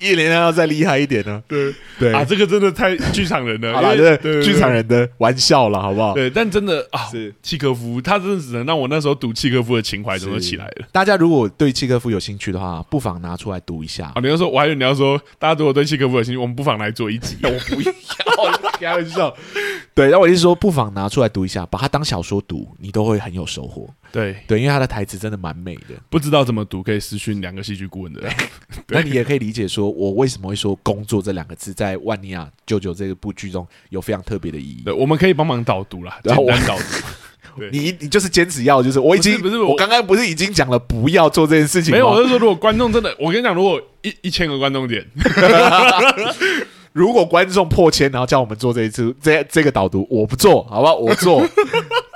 Speaker 2: 伊莲娜要再厉害一点呢、
Speaker 1: 对
Speaker 2: 对
Speaker 1: 啊，这个真的太剧场人了，
Speaker 2: 好啦，
Speaker 1: 因为
Speaker 2: 这是剧场人的玩笑了，好不好？
Speaker 1: 对，但真的啊，
Speaker 2: 是
Speaker 1: 契科夫，他真的只能让我那时候读契科夫的情怀整个起来了。
Speaker 2: 大家如果对契诃夫有兴趣的话，不妨拿出来读一下
Speaker 1: 啊，。你要说，我还以为你要说，大家如果对契科夫有兴趣，我们不妨来做一集。
Speaker 2: 我不要，开玩笑。 对，那我意思说，不妨拿出来读一下，把它当小说读，你都会很有收获。
Speaker 1: 对，
Speaker 2: 对，因为他的台词真的蛮美的。
Speaker 1: 不知道怎么读，可以私讯两个戏剧顾问的。 对
Speaker 2: 那你也可以理解说，我为什么会说“工作”这两个字在《万尼亚舅舅》这部剧中有非常特别的意义
Speaker 1: 对，。我们可以帮忙导读啦，简
Speaker 2: 然后我
Speaker 1: 单导读。对
Speaker 2: 你你就是坚持要，就是我已经
Speaker 1: 不是不是我
Speaker 2: 我刚刚不是已经讲了不要做这件事情吗？
Speaker 1: 没有，我是说，如果观众真的，我跟你讲，如果一一千个观众 点，
Speaker 2: 如果观众破千，然后叫我们做这一次这这个导读，我不做，好不好？我做，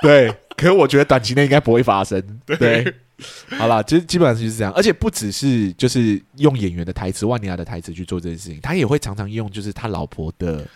Speaker 2: 对。可是我觉得短期内应该不会发生，对。好啦，其实基本上就是这样，而且不只是就是用演员的台词、万尼亚的台词去做这件事情，他也会常常用就是他老婆的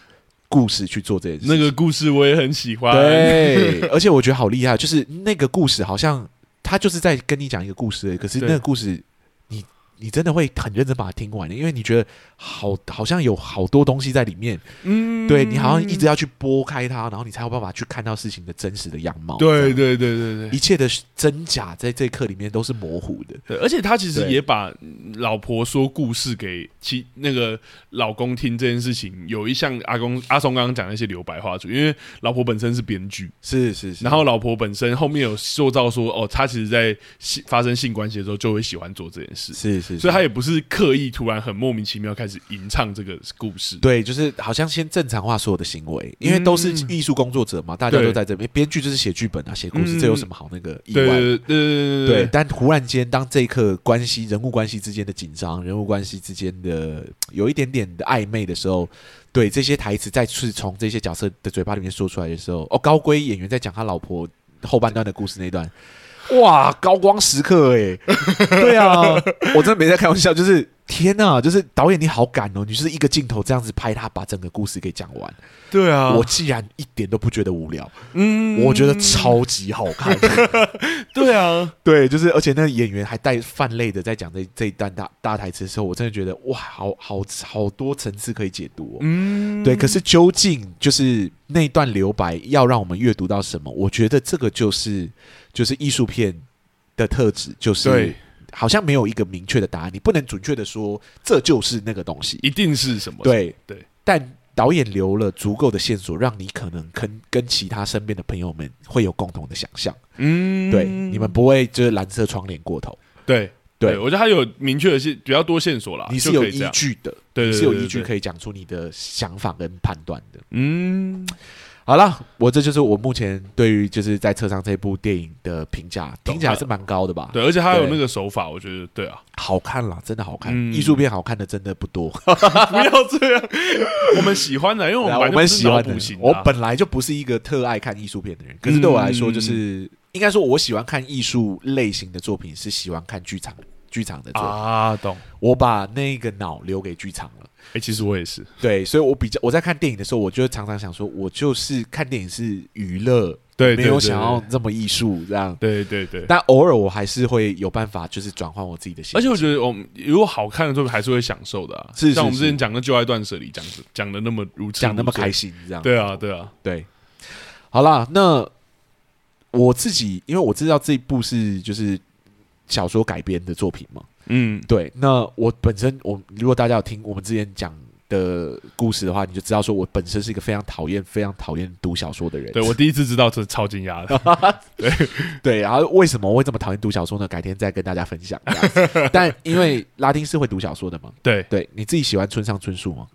Speaker 2: 故事去做这件事情。
Speaker 1: 那个故事我也很喜欢。
Speaker 2: 对，而且我觉得好厉害，就是那个故事好像他就是在跟你讲一个故事而已，可是
Speaker 1: 对
Speaker 2: 那个故事你你真的会很认真把它听完，因为你觉得好好像有好多东西在里面，
Speaker 1: 嗯
Speaker 2: 对你好像一直要去拨开它，然后你才有办法去看到事情的真实的样貌。这
Speaker 1: 对
Speaker 2: 样，
Speaker 1: 对对对对
Speaker 2: 一切的真假在这一刻里面都是模糊的。
Speaker 1: 对，而且他其实
Speaker 2: 对
Speaker 1: 也把嗯老婆说故事给其那个老公听这件事情，有一项阿公阿松刚刚讲的一些留白话术，因为老婆本身是编剧，
Speaker 2: 是是是
Speaker 1: 然后老婆本身后面有塑造说，哦，她其实在性发生性关系的时候就会喜欢做这件事，
Speaker 2: 是是，
Speaker 1: 所以她也不是刻意突然很莫名其妙开始吟唱这个故事。
Speaker 2: 对，就是好像先正常化所有的行为，因为都是
Speaker 1: 嗯
Speaker 2: 艺术工作者嘛，大家都
Speaker 1: 对
Speaker 2: 在这边。编剧就是写剧本啊，写故事，
Speaker 1: 嗯
Speaker 2: 这有什么好那个意
Speaker 1: 对
Speaker 2: 外的？
Speaker 1: 对对对
Speaker 2: 对，但忽然间，当这一刻关系、人物关系之间的紧张，人物关系之间的有一点点的暧昧的时候，对这些台词再次从这些角色的嘴巴里面说出来的时候，哦，高龟演员在讲他老婆后半段的故事那一段，哇，高光时刻哎、对啊，我真的没在开玩笑，就是天呐、就是导演你好敢哦，你就是一个镜头这样子拍他把整个故事给讲完，
Speaker 1: 对啊
Speaker 2: 我既然一点都不觉得无聊，
Speaker 1: 嗯
Speaker 2: 我觉得超级好看。
Speaker 1: 对啊，
Speaker 2: 对，就是，而且那个演员还带泛泪的在讲这这一段大大台词的时候，我真的觉得哇，好好好多层次可以解读哦。
Speaker 1: 嗯，
Speaker 2: 对，可是究竟就是那一段留白要让我们阅读到什么？我觉得这个就是就是艺术片的特质，就是
Speaker 1: 对，
Speaker 2: 好像没有一个明确的答案，你不能准确的说这就是那个东西。
Speaker 1: 一定是什么？
Speaker 2: 对
Speaker 1: 对，
Speaker 2: 但导演留了足够的线索，让你可能跟跟其他身边的朋友们会有共同的想象。
Speaker 1: 嗯，
Speaker 2: 对，你们不会就是蓝色窗帘过头，
Speaker 1: 对
Speaker 2: 对
Speaker 1: 我觉得他有明确的线，比较多线索啦，
Speaker 2: 你是
Speaker 1: 啊就
Speaker 2: 有
Speaker 1: 可以这
Speaker 2: 依
Speaker 1: 样，
Speaker 2: 据的，
Speaker 1: 对对
Speaker 2: 你
Speaker 1: 对
Speaker 2: 是有依据
Speaker 1: 对对
Speaker 2: 可以讲出你的想法跟判断的。
Speaker 1: 嗯，
Speaker 2: 好了，我这就是我目前对于就是在车上这部电影的评价，
Speaker 1: 懂
Speaker 2: 听起来还是蛮高的吧？
Speaker 1: 对，而且他有
Speaker 2: 对
Speaker 1: 那个手法，我觉得对 啊，
Speaker 2: 好看啦，真的好看，
Speaker 1: 嗯
Speaker 2: 艺术片好看的真的不多。
Speaker 1: 不要这样，我们喜欢啊的，因为我们
Speaker 2: 然后
Speaker 1: 本来就不
Speaker 2: 啊 我们
Speaker 1: 是
Speaker 2: 喜欢
Speaker 1: 脑
Speaker 2: 的
Speaker 1: 补型，的
Speaker 2: 我
Speaker 1: 啊
Speaker 2: 本来就不是一个特爱看艺术片的人，可是对我来
Speaker 1: 嗯
Speaker 2: 说，就是、应该说我喜欢看艺术类型的作品，是喜欢看剧场剧场的作品。
Speaker 1: 啊懂，
Speaker 2: 我把那个脑留给剧场了，
Speaker 1: 哎，其实我也是，
Speaker 2: 对，所以我比较我在看电影的时候，我就常常想说，我就是看电影是娱乐，
Speaker 1: 对，
Speaker 2: 没
Speaker 1: 对
Speaker 2: 有
Speaker 1: 对
Speaker 2: 想要这么艺术这样。
Speaker 1: 对对对对。
Speaker 2: 但偶尔我还是会有办法，就是转换我自己的心情。
Speaker 1: 而且我觉得，我们如果好看的作品还是会享受的啊。
Speaker 2: 是是
Speaker 1: 像我们之
Speaker 2: 是
Speaker 1: 前讲的《旧爱断舍离》，讲的讲的那么如此
Speaker 2: 讲那么
Speaker 1: 入
Speaker 2: 开
Speaker 1: 罪，
Speaker 2: 心这样。
Speaker 1: 对啊对啊，
Speaker 2: 对，好啦，那我自己因为我知道这一部是就是小说改编的作品嘛，
Speaker 1: 嗯
Speaker 2: 对，那我本身我如果大家有听我们之前讲。的故事的话，你就知道说我本身是一个非常讨厌、非常讨厌读小说的人。
Speaker 1: 对我第一次知道这超惊 讶
Speaker 2: 哦
Speaker 1: 的，
Speaker 2: 对，然后为什么我会这么讨厌读小说呢？改天再跟大家分享。这样子但因为拉丁是会读小说的嘛，
Speaker 1: 对，
Speaker 2: 对，你自己喜欢村上春树吗？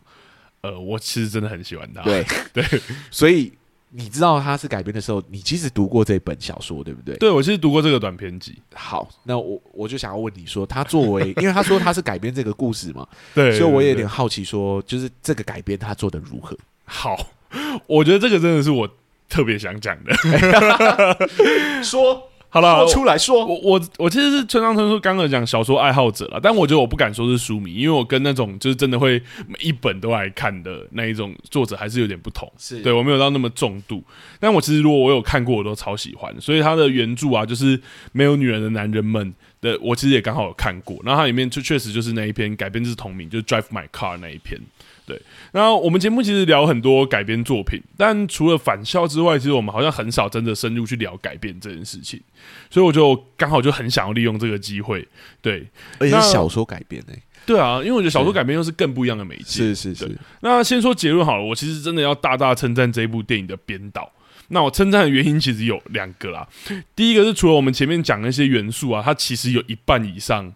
Speaker 1: 呃，我其实真的很喜欢他，
Speaker 2: 对
Speaker 1: 啊对，
Speaker 2: 所以你知道它是改编的时候，你其实读过这本小说，对不对？
Speaker 1: 对我其实读过这个短篇集，
Speaker 2: 好，那我我就想要问你说，他作为，因为他说他是改编这个故事嘛，
Speaker 1: 对，
Speaker 2: 所以我也有
Speaker 1: 对
Speaker 2: 点好奇说，就是这个改编他做的如何？
Speaker 1: 好，我觉得这个真的是我特别想讲的。
Speaker 2: 说
Speaker 1: 好了，啊我
Speaker 2: 来说，
Speaker 1: 我我我其实是村上春树刚刚有讲小说爱好者了，但我觉得我不敢说是书迷，因为我跟那种就是真的会每一本都来看的那一种作者还是有点不同。
Speaker 2: 是
Speaker 1: 对我没有到那么重度，但我其实如果我有看过，我都超喜欢。所以他的原著啊，就是《没有女人的男人们》的，我其实也刚好有看过。然后它里面就确实就是那一篇改编自同名，就是《Drive My Car》那一篇。对，然后我们节目其实聊很多改编作品，但除了返校之外，其实我们好像很少真的深入去聊改编这件事情。所以我就刚好就很想要利用这个机会，对
Speaker 2: 而且
Speaker 1: 那
Speaker 2: 是小说改编诶、
Speaker 1: 对啊，因为我觉得小说
Speaker 2: 是
Speaker 1: 改编又是更不一样的媒介。
Speaker 2: 是是是，
Speaker 1: 那先说结论好了，我其实真的要大大称赞这一部电影的编导。那我称赞的原因其实有两个啦，第一个是除了我们前面讲的那些元素啊，它其实有一半以上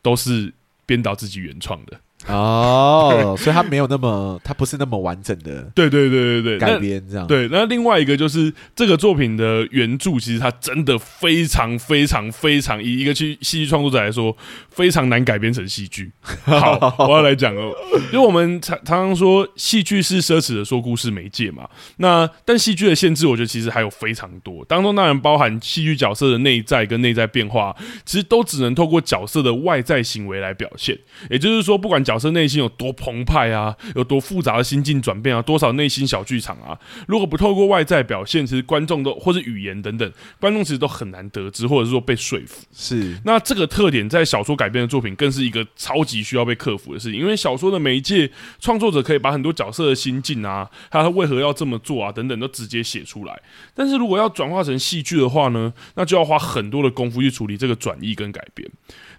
Speaker 1: 都是编导自己原创的。
Speaker 2: 哦，所以他没有那么，他不是那么完整的
Speaker 1: 对对对对对，
Speaker 2: 改
Speaker 1: 那
Speaker 2: 编这样。
Speaker 1: 对，那另外一个就是这个作品的原著，其实它真的非常非常非常，以一个去戏剧创作者来说，非常难改编成戏剧。好，我要来讲哦，因为我们常常常说戏剧是奢侈的说故事媒介嘛，那但戏剧的限制，我觉得其实还有非常多，当中当然包含戏剧角色的内在跟内在变化，其实都只能透过角色的外在行为来表现。也就是说，不管角色内心有多澎湃啊，有多复杂的心境转变啊，多少内心小剧场啊，如果不透过外在表现，其实观众都或是语言等等，观众其实都很难得知，或者是说被说服。
Speaker 2: 是
Speaker 1: 那这个特点在小说改编的作品更是一个超级需要被克服的事情，因为小说的媒介，创作者可以把很多角色的心境啊，他为何要这么做啊等等都直接写出来。但是如果要转化成戏剧的话呢，那就要花很多的功夫去处理这个转译跟改编。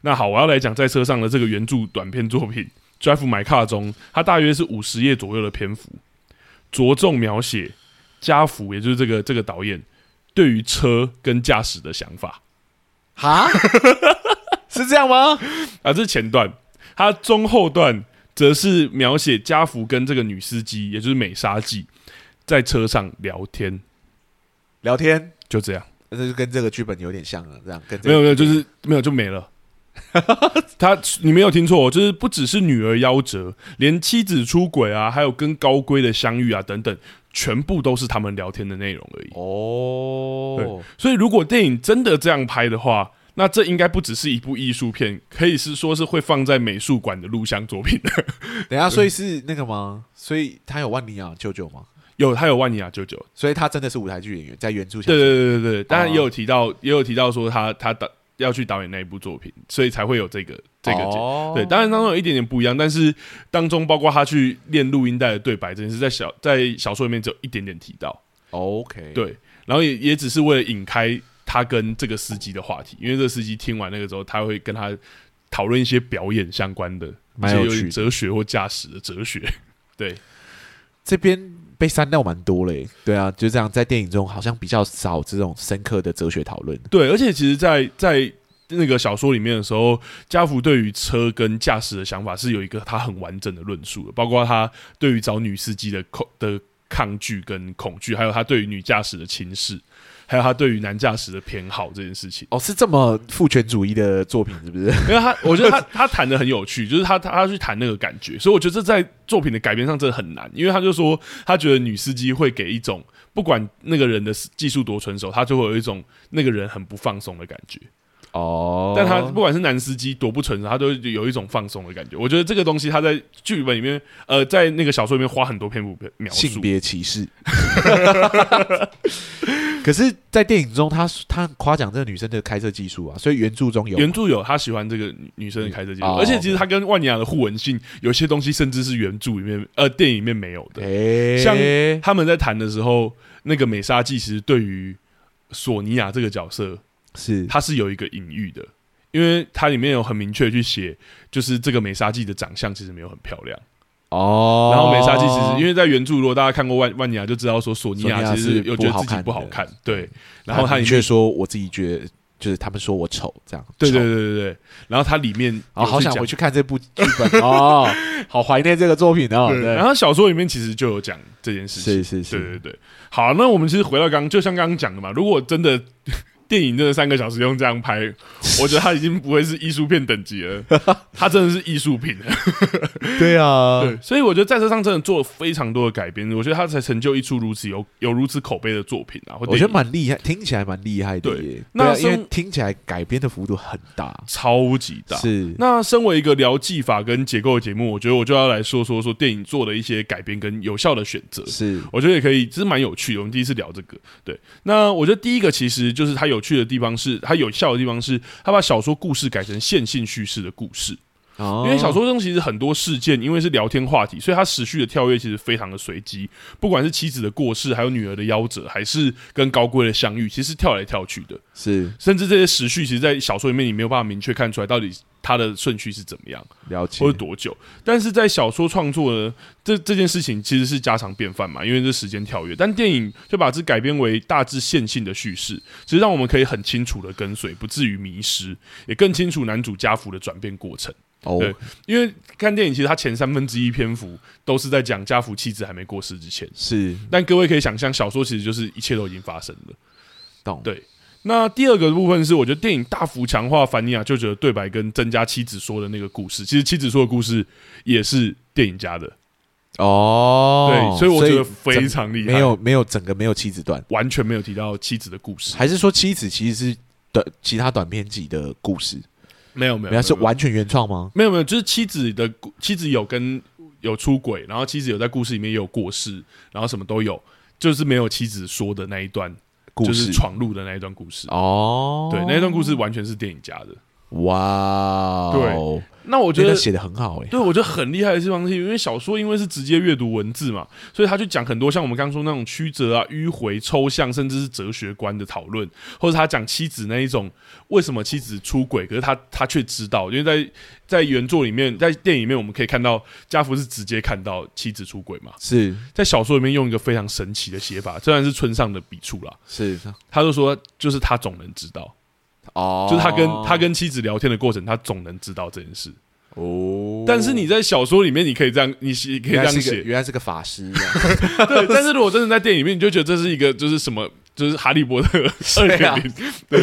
Speaker 1: 那好，我要来讲在车上的这个原著短篇作品《Drive My Car》中，它大约是五十页左右的篇幅，着重描写家福，也就是这个这个导演对于车跟驾驶的想法。
Speaker 2: 哈，是这样吗？
Speaker 1: 啊，这是前段，它中后段则是描写家福跟这个女司机，也就是美沙纪，在车上聊天，
Speaker 2: 聊天，
Speaker 1: 就这样，
Speaker 2: 那就跟这个剧本有点像了，这样跟这
Speaker 1: 没
Speaker 2: 个
Speaker 1: 有没有，就是没有就没了。 他，你没有听错哦，就是不只是女儿夭折，连妻子出轨啊，还有跟高规的相遇啊等等，全部都是他们聊天的内容而已。
Speaker 2: 哦，
Speaker 1: 所以，如果电影真的这样拍的话，那这应该不只是一部艺术片，可以是说是会放在美术馆的录像作品的。
Speaker 2: 等一下，所以是那个吗？所以他有万妮亚舅舅吗？
Speaker 1: 有，他有万尼亚舅舅，
Speaker 2: 所以他真的是舞台剧演员，在原著小
Speaker 1: 对
Speaker 2: 说
Speaker 1: 对对对对，当然也有提到，也有提到说他他导要去导演那一部作品，所以才会有这个这个节。
Speaker 2: 哦
Speaker 1: 对，当然当中有一点点不一样，但是当中包括他去练录音带的对白这件事，在小在小说里面只有一点点提到，
Speaker 2: OK，，
Speaker 1: 对，然后也也只是为了引开他跟这个司机的话题，因为这个司机听完那个之后，他会跟他讨论一些表演相关的，
Speaker 2: 蛮有
Speaker 1: 一些
Speaker 2: 趣
Speaker 1: 点
Speaker 2: 的。
Speaker 1: 哲学或驾驶的哲学。对，
Speaker 2: 这边被删掉蛮多嘞、对啊，就这样，在电影中好像比较少这种深刻的哲学讨论。
Speaker 1: 对，而且其实在，在那个小说里面的时候，家福对于车跟驾驶的想法是有一个他很完整的论述的，包括他对于找女司机的恐的抗拒跟恐惧，还有他对于女驾驶的轻视，还有他对于男驾驶的偏好这件事情。
Speaker 2: 哦，是这么父权主义的作品是不是？
Speaker 1: 因为他，我觉得他他谈的很有趣，就是他他他去谈那个感觉，所以我觉得这在作品的改编上真的很难，因为他就说他觉得女司机会给一种不管那个人的技术多成熟，他就会有一种那个人很不放松的感觉。
Speaker 2: 哦，
Speaker 1: 但他不管是男司机多不成熟，他都有一种放松的感觉。我觉得这个东西他在剧本里面，呃，在那个小说里面花很多篇幅描述。
Speaker 2: 性别歧视。 可是，在电影中他，他夸奖这个女生的开车技术啊，所以原著中有
Speaker 1: 原著有他喜欢这个女女生的开车技术，
Speaker 2: 哦
Speaker 1: 而且其实他跟万尼亚的互文性有些东西，甚至是原著里面呃电影里面没有
Speaker 2: 哎
Speaker 1: 的。
Speaker 2: 诶、
Speaker 1: 像他们在谈的时候，那个美沙纪其实对于索尼娅这个角色，
Speaker 2: 是
Speaker 1: 它是有一个隐喻的，因为它里面有很明确去写，就是这个美沙纪的长相其实没有很漂亮。
Speaker 2: 哦，
Speaker 1: 然后美沙纪其实因为在原著，如果大家看过万万尼亚就知道，说索尼
Speaker 2: 索尼
Speaker 1: 娅
Speaker 2: 娅
Speaker 1: 其
Speaker 2: 是
Speaker 1: 实有觉得
Speaker 2: 不好
Speaker 1: 自己
Speaker 2: 看
Speaker 1: 不好
Speaker 2: 的
Speaker 1: 看，对。然后它里
Speaker 2: 却
Speaker 1: 面，
Speaker 2: 说我自己觉得，就是他们说我丑这样，
Speaker 1: 对对
Speaker 2: 丑。
Speaker 1: 对对对，然后它里面
Speaker 2: 哦，好想
Speaker 1: 有
Speaker 2: 回
Speaker 1: 去
Speaker 2: 去看这部剧 本哦，好怀念这个作品哦。
Speaker 1: 讲，对。然
Speaker 2: 对，
Speaker 1: 后小说里面其实就有讲这件事情
Speaker 2: 是，是
Speaker 1: 对
Speaker 2: 是，
Speaker 1: 对对。好，那我们其实回到刚刚，就像刚刚讲的嘛，如果真的电影真的三个小时用这样拍，我觉得它已经不会是艺术片等级 了，它真的是艺术品了。
Speaker 2: 嗯对啊，
Speaker 1: 对，所以我觉得在这上真的做了非常多的改编，我觉得他才成就一出如此有有如此口碑的作品啊。或
Speaker 2: 我
Speaker 1: 电
Speaker 2: 觉得
Speaker 1: 影
Speaker 2: 蛮厉害，听起来蛮厉害的
Speaker 1: 对
Speaker 2: 耶。
Speaker 1: 那
Speaker 2: 对啊
Speaker 1: 生
Speaker 2: 因为听起来改编的幅度很大，
Speaker 1: 超级大。
Speaker 2: 是
Speaker 1: 那身为一个聊技法跟结构的节目，我觉得我就要来说说说电影做的一些改编跟有效的选择。
Speaker 2: 是
Speaker 1: 我觉得也可以，这是蛮有趣的。我们第一次聊这个，对。那我觉得第一个其实就是它有趣的地方是，它有效的地方是，它把小说故事改成线性叙事的故事。
Speaker 2: 哦
Speaker 1: 因为小说中其实很多事件，因为是聊天话题，所以它持续的跳跃其实非常的随机。不管是妻子的过世，还有女儿的夭折，还是跟高贵的相遇，其实跳来跳去的。
Speaker 2: 是
Speaker 1: 甚至这些时序，其实，在小说里面你没有办法明确看出来到底它的顺序是怎么样。
Speaker 2: 了解
Speaker 1: 或者多久。但是在小说创作呢，这这件事情其实是家常便饭嘛，因为这时间跳跃。但电影就把这改编为大致线性的叙事，其实让我们可以很清楚的跟随，不至于迷失，也更清楚男主家福的转变过程。
Speaker 2: 哦，
Speaker 1: 对因为看电影，其实它前三分之一篇幅都是在讲家福妻子还没过世之前。
Speaker 2: 是
Speaker 1: 但各位可以想象，小说其实就是一切都已经发生了。
Speaker 2: 懂
Speaker 1: 对那第二个部分是，我觉得电影大幅强化凡尼亚舅舅的对白跟增加妻子说的那个故事。其实妻子说的故事也是电影家的，
Speaker 2: 哦，
Speaker 1: 对，所以我觉得非常厉害，
Speaker 2: 没有没有整个没有妻子段，
Speaker 1: 完全没有提到妻子的故事，
Speaker 2: 还是说妻子其实是短其他短篇集的故事，
Speaker 1: 没有没有，
Speaker 2: 没有是
Speaker 1: 没有
Speaker 2: 完全原创吗？
Speaker 1: 没有没有，就是妻子的故妻子有跟有出轨，然后妻子有在故事里面也有过世，然后什么都有，就是没有妻子说的那一段，
Speaker 2: 故
Speaker 1: 就
Speaker 2: 事
Speaker 1: 是闯入的那一段故事。
Speaker 2: 哦，
Speaker 1: 对，那一段故事完全是电影家的。
Speaker 2: 哇哦，
Speaker 1: 那我
Speaker 2: 我
Speaker 1: 觉得
Speaker 2: 写的很好哎，
Speaker 1: 对，我觉得很厉害的地方是，因为小说因为是直接阅读文字嘛，所以他去讲很多像我们刚刚说那种曲折啊、迂回、抽象，甚至是哲学观的讨论，或者他讲妻子那一种为什么妻子出轨，可是他他却知道，因为在在原作里面，在电影里面我们可以看到家福是直接看到妻子出轨嘛，
Speaker 2: 是
Speaker 1: 在小说里面用一个非常神奇的写法，虽然是村上的笔触啦，
Speaker 2: 是
Speaker 1: 他就说就是他总能知道，
Speaker 2: 哦，
Speaker 1: 就是他跟他跟妻子聊天的过程，他总能知道这件事。
Speaker 2: 哦，
Speaker 1: 但是你在小说里面，你可以这样，你写可以这
Speaker 2: 原来
Speaker 1: 样
Speaker 2: 是个
Speaker 1: 写，
Speaker 2: 原来是个法师 啊，
Speaker 1: 对，但是如果真的在电影里面，你就觉得这是一个就是什么，就是哈利波特二
Speaker 2: 对啊嗯
Speaker 1: 点零，对。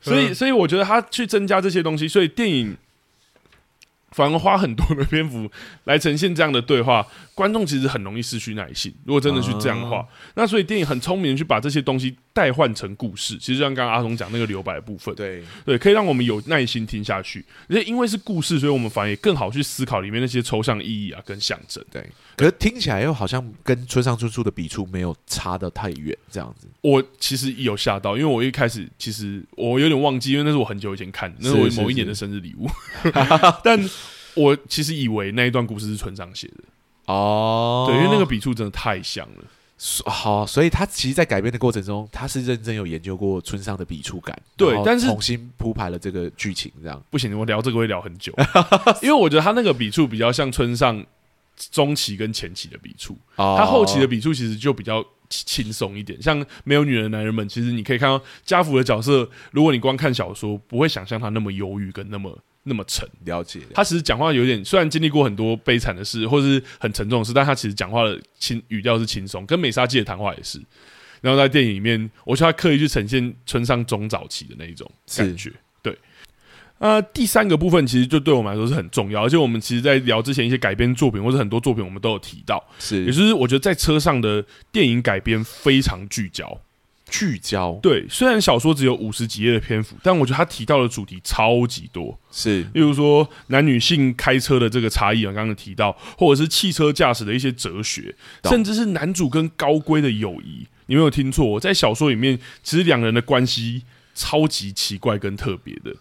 Speaker 1: 所以，所以我觉得他去增加这些东西，所以电影反而花很多的篇幅来呈现这样的对话，观众其实很容易失去耐心。如果真的去这样的
Speaker 2: 啊
Speaker 1: 话，那所以电影很聪明地去把这些东西代换成故事。其实就像刚刚阿松讲那个留白的部分，
Speaker 2: 对，
Speaker 1: 对，可以让我们有耐心听下去。而且因为是故事，所以我们反而也更好去思考里面那些抽象意义啊跟象征。
Speaker 2: 对，可是听起来又好像跟村上春树的笔触没有差的太远，这样子。
Speaker 1: 我其实有吓到，因为我一开始其实我有点忘记，因为那是我很久以前看的，那是我
Speaker 2: 是是
Speaker 1: 某一年的生日礼物。 但我其实以为那一段故事是村上写的，
Speaker 2: 哦
Speaker 1: 对，因为那个笔触真的太像了。
Speaker 2: 所好，所以他其实，在改编的过程中，他是认真有研究过村上的笔触感，
Speaker 1: 对
Speaker 2: 然后
Speaker 1: 但是
Speaker 2: 重新铺排了这个剧情，这样
Speaker 1: 不行，我聊这个会聊很久，因为我觉得他那个笔触比较像村上中期跟前期的笔触。
Speaker 2: 哦
Speaker 1: 他后期的笔触其实就比较轻松一点，像《没有女人的男人们》，其实你可以看到家福的角色，如果你光看小说，不会想象他那么忧郁跟那么那么沉。
Speaker 2: 了解了，
Speaker 1: 他其实讲话有点，虽然经历过很多悲惨的事或是很沉重的事，但他其实讲话的轻语调是轻松，跟美沙纪的谈话也是。然后在电影里面，我觉得他刻意去呈现村上中早期的那一种感觉。对，那、第三个部分其实就对我们来说是很重要，而且我们其实，在聊之前一些改编作品或者很多作品，我们都有提到，也
Speaker 2: 是
Speaker 1: 就是我觉得在车上的电影改编非常聚焦。
Speaker 2: 聚焦，
Speaker 1: 对，虽然小说只有五十几页的篇幅，但我觉得他提到的主题超级多。
Speaker 2: 是
Speaker 1: 例如说男女性开车的这个差异啊，刚刚提到，或者是汽车驾驶的一些哲学，
Speaker 2: 懂
Speaker 1: 甚至是男主跟高龟的友谊。你没有听错，在小说里面，其实两人的关系超级奇怪跟特别的。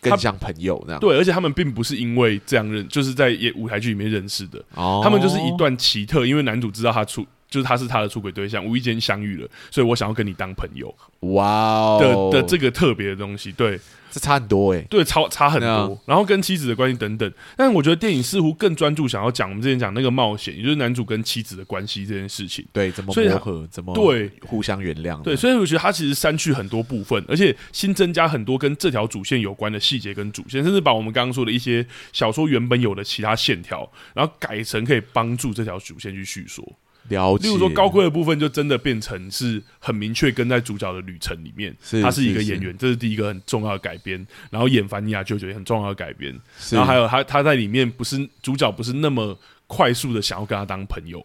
Speaker 2: 更像朋友那样。
Speaker 1: 对，而且他们并不是因为这样认，就是在也舞台剧里面认识的，
Speaker 2: 哦，
Speaker 1: 他们就是一段奇特，因为男主知道他出。就是他是他的出轨对象，无意间相遇了，所以我想要跟你当朋友
Speaker 2: 哇
Speaker 1: 的、
Speaker 2: 哦
Speaker 1: 的这个特别的东西，对，
Speaker 2: 这差很多哎，
Speaker 1: 对，差差很多。
Speaker 2: 对
Speaker 1: 然后跟妻子的关系等等，但我觉得电影似乎更专注想要讲我们之前讲那个冒险，也就是男主跟妻子的关系这件事情。
Speaker 2: 对，怎么
Speaker 1: 所以他
Speaker 2: 磨合，怎么
Speaker 1: 对
Speaker 2: 互相原谅，
Speaker 1: 对，，所以我觉得他其实删去很多部分，而且新增加很多跟这条主线有关的细节跟主线，甚至把我们刚刚说的一些小说原本有的其他线条，然后改成可以帮助这条主线去叙说。
Speaker 2: 了解。
Speaker 1: 例如说高贵的部分，就真的变成是很明确跟在主角的旅程里面，
Speaker 2: 是
Speaker 1: 他是一个
Speaker 2: 是是
Speaker 1: 演员，这是第一个很重要的改编。然后演凡尼亚舅舅也很重要的改编，
Speaker 2: 是，
Speaker 1: 然后还有他他在里面不是主角不是那么快速的想要跟他当朋友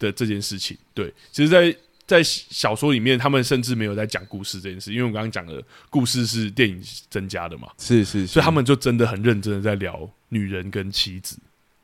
Speaker 1: 的这件事情。对，其实在，在小说里面，他们甚至没有在讲故事这件事，因为我刚刚讲的故事是电影增加的嘛，
Speaker 2: 是是，
Speaker 1: 所以他
Speaker 2: 们
Speaker 1: 们就真的很认真的在聊女人跟妻子。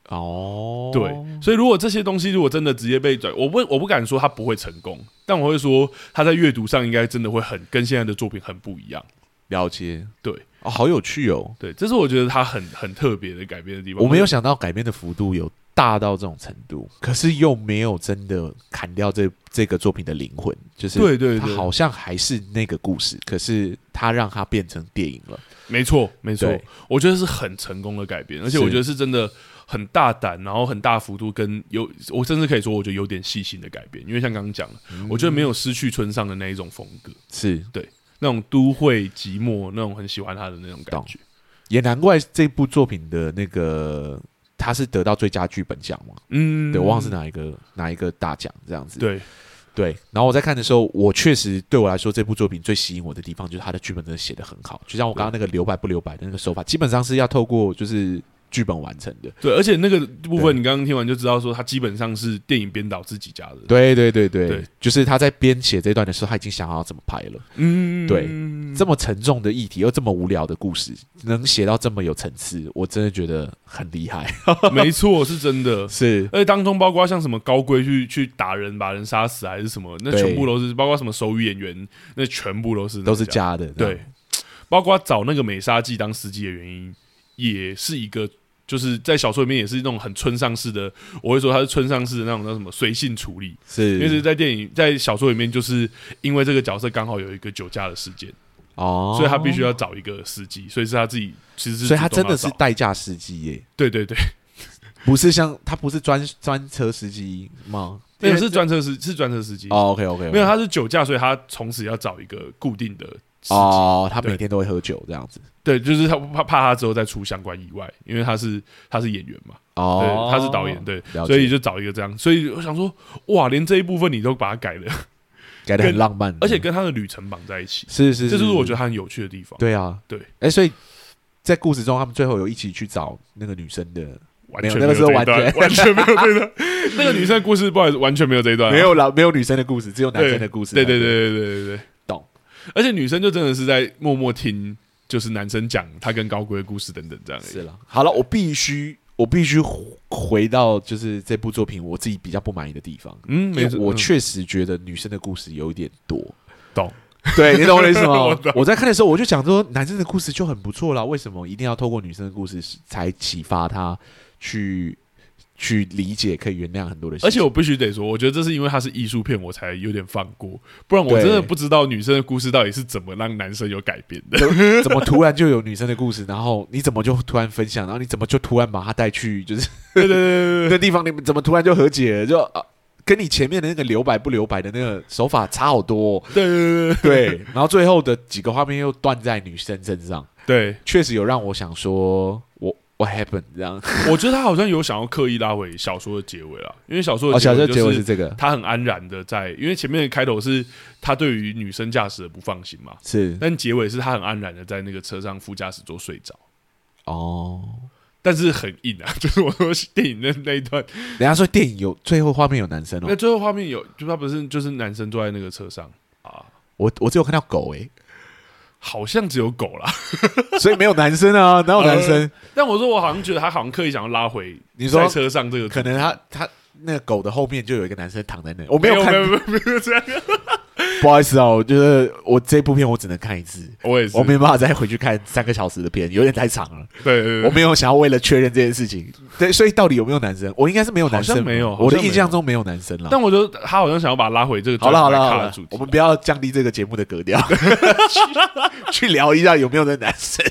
Speaker 2: 哦，
Speaker 1: 对，所以如果这些东西如果真的直接被转，我不我不敢说他不会成功，但我会说他在阅读上应该真的会很跟现在的作品很不一样。
Speaker 2: 了解，
Speaker 1: 对
Speaker 2: 哦，好有趣哦。
Speaker 1: 对，这是我觉得他很很特别的改变的地方。
Speaker 2: 我没有想到改变的幅度有大到这种程度，可是又没有真的砍掉这这个作品的灵魂，就是
Speaker 1: 对对
Speaker 2: 它
Speaker 1: 对，
Speaker 2: 好像还是那个故事，可是它让它变成电影了。
Speaker 1: 没错，没错
Speaker 2: 对，
Speaker 1: 我觉得是很成功的改编，而且
Speaker 2: 是
Speaker 1: 我觉得是真的很大胆，然后很大幅度跟有，我甚至可以说，我觉得有点细心的改编，因为像刚刚讲的，
Speaker 2: 嗯
Speaker 1: 我觉得没有失去村上的那一种风格，
Speaker 2: 是
Speaker 1: 那种都会寂寞，那种很喜欢他的那种感觉。
Speaker 2: 也难怪这部作品的那个它是得到最佳剧本奖嘛？
Speaker 1: 嗯，
Speaker 2: 对，我忘了是哪一个哪一个大奖这样子。
Speaker 1: 对，
Speaker 2: 对，然后我在看的时候，我确实对我来说，这部作品最吸引我的地方就是它的剧本真的写得很好，就像我刚刚那个留白不留白的那个手法，基本上是要透过就是剧本完成的。
Speaker 1: 对，而且那个部
Speaker 2: 对
Speaker 1: 分你刚刚听完就知道，说他基本上是电影编导自己家的，，
Speaker 2: 对对对对，
Speaker 1: 对
Speaker 2: 就是他在编写这段的时候，他已经想好要怎么拍了。
Speaker 1: 嗯，
Speaker 2: 对这么沉重的议题，又这么无聊的故事，能写到这么有层次，我真的觉得很 厉害。
Speaker 1: 没错，是真的。
Speaker 2: 是，
Speaker 1: 而且当中包括像什么高规去去打人、把人杀死还是什么，那
Speaker 2: 对
Speaker 1: 全部都是包括什么手语演员，那全部都是那
Speaker 2: 都是
Speaker 1: 样
Speaker 2: 假的。
Speaker 1: 对，包括找那个美沙纪当司机的原因，也是一个，就是在小说里面也是那种很村上式的，我会说他是村上式的那种叫什么随性处理，因为
Speaker 2: 是
Speaker 1: 是在电影在小说里面，就是因为这个角色刚好有一个酒驾的事件，
Speaker 2: 哦，
Speaker 1: 所以他必须要，找一个司机，所以是他自己其实是主
Speaker 2: 所
Speaker 1: 动
Speaker 2: 以
Speaker 1: 要
Speaker 2: 他
Speaker 1: 找，
Speaker 2: 真的是代驾司机耶，
Speaker 1: 对对对，
Speaker 2: 不是像他不是专专车司机吗？
Speaker 1: 没有是专车司是专车司机，
Speaker 2: 哦，OK OK，
Speaker 1: 没有他是酒驾，所以他从此要找一个固定的司机。
Speaker 2: 哦，他
Speaker 1: 对
Speaker 2: 每天都会喝酒这样子。
Speaker 1: 对，就是他怕怕他之后再出相关意外，因为他是他是演员嘛，
Speaker 2: 哦，
Speaker 1: 对，他是导演，对，
Speaker 2: 了解，
Speaker 1: 所以就找一个这样。所以我想说，哇，连这一部分你都把它改了，
Speaker 2: 嗯改的很浪漫，
Speaker 1: 而且跟他的旅程绑在一起，
Speaker 2: 是是，
Speaker 1: 这就是我觉得他很有趣的地方。
Speaker 2: 对啊，
Speaker 1: 哦对，
Speaker 2: 哎，所以在故事中，他们最后有一起去找那个女生的，
Speaker 1: 完
Speaker 2: 没有
Speaker 1: 全
Speaker 2: 那个时候
Speaker 1: 没有这一段完全没有这一段。 那个女生的故事，不好意思，完全没有这一段啊，
Speaker 2: 没有老没有女生的故事，只有男生的故事。
Speaker 1: 对对对对对对对，
Speaker 2: 懂。
Speaker 1: 而且女生就真的是在默默听，就是男生讲他跟高贵的故事等等这样而已。
Speaker 2: 是了。好了，我必须我必须回到就是这部作品我自己比较不满意的地方，
Speaker 1: 嗯，没
Speaker 2: 因为
Speaker 1: 错，
Speaker 2: 我
Speaker 1: 嗯
Speaker 2: 确实觉得女生的故事有一点多。
Speaker 1: 懂。
Speaker 2: 对你懂我的意 思
Speaker 1: 我
Speaker 2: 吗
Speaker 1: 懂？
Speaker 2: 我在看的时候，我就想说，男生的故事就很不错啦，为什么一定要透过女生的故事才启发他去去理解，可以原谅很多的事情。
Speaker 1: 而且我必须得说，我觉得这是因为它是艺术片，我才有点放过，不然我真的
Speaker 2: 对
Speaker 1: 不知道女生的故事到底是怎么让男生有改变的。
Speaker 2: 怎么突然就有女生的故事，然后你怎么就突然分享，然后你怎么就突然把她带去就是
Speaker 1: 对对对对
Speaker 2: 那地方，你们怎么突然就和解了？就、啊、跟你前面的那个留白不留白的那个手法差好多哦、
Speaker 1: 对对对
Speaker 2: 对，然后最后的几个画面又断在女生身上，
Speaker 1: 对
Speaker 2: 确实有让我想说，我 what happened 这样。
Speaker 1: 对，我觉得他好像有想要刻意拉回小说的结尾了，因为小说
Speaker 2: 哦，
Speaker 1: 的
Speaker 2: 小说
Speaker 1: 尾
Speaker 2: 结
Speaker 1: 就
Speaker 2: 尾是
Speaker 1: 是
Speaker 2: 这个，
Speaker 1: 他很安然的在，因为前面的开头是他对于女生驾驶的不放心嘛，
Speaker 2: 是
Speaker 1: 但结尾是他很安然的在那个车上副驾驶座睡着。
Speaker 2: 哦。
Speaker 1: 但是很硬啊， 就是我说电影那那一段，
Speaker 2: 人家说电影有最后画面有男生
Speaker 1: 那
Speaker 2: 哦，
Speaker 1: 最后画面有，就他不是就是男生坐在那个车上啊，
Speaker 2: 我我只有看到狗诶、
Speaker 1: 好像只有狗啦。
Speaker 2: 所以没有男生啊，哪有男生？
Speaker 1: 但我说我好像觉得他好像刻意想要拉回
Speaker 2: 你说
Speaker 1: 在车上这个，
Speaker 2: 可能他他那个狗的后面就有一个男生躺在那里，我没
Speaker 1: 没没
Speaker 2: 有看，
Speaker 1: 有没有没有这样，
Speaker 2: 不好意思啊，我觉得我这部片我只能看一次，
Speaker 1: 我也是，
Speaker 2: 我没办法再回去看三个小时的片，有点太长了。
Speaker 1: 对对
Speaker 2: 我
Speaker 1: 对，
Speaker 2: 没有想要为了确认这件事情，对，所以到底有没有男生？我应该是没有男
Speaker 1: 好
Speaker 2: 生，
Speaker 1: 像没有好像
Speaker 2: 我的印象中没有男生了。
Speaker 1: 但我觉得他好像想要把他拉回这个
Speaker 2: 好了好了
Speaker 1: 专门
Speaker 2: 好
Speaker 1: 卡的
Speaker 2: 了
Speaker 1: 主，题
Speaker 2: 我们不要降低这个节目的格 调，去 聊一下有没有的男生。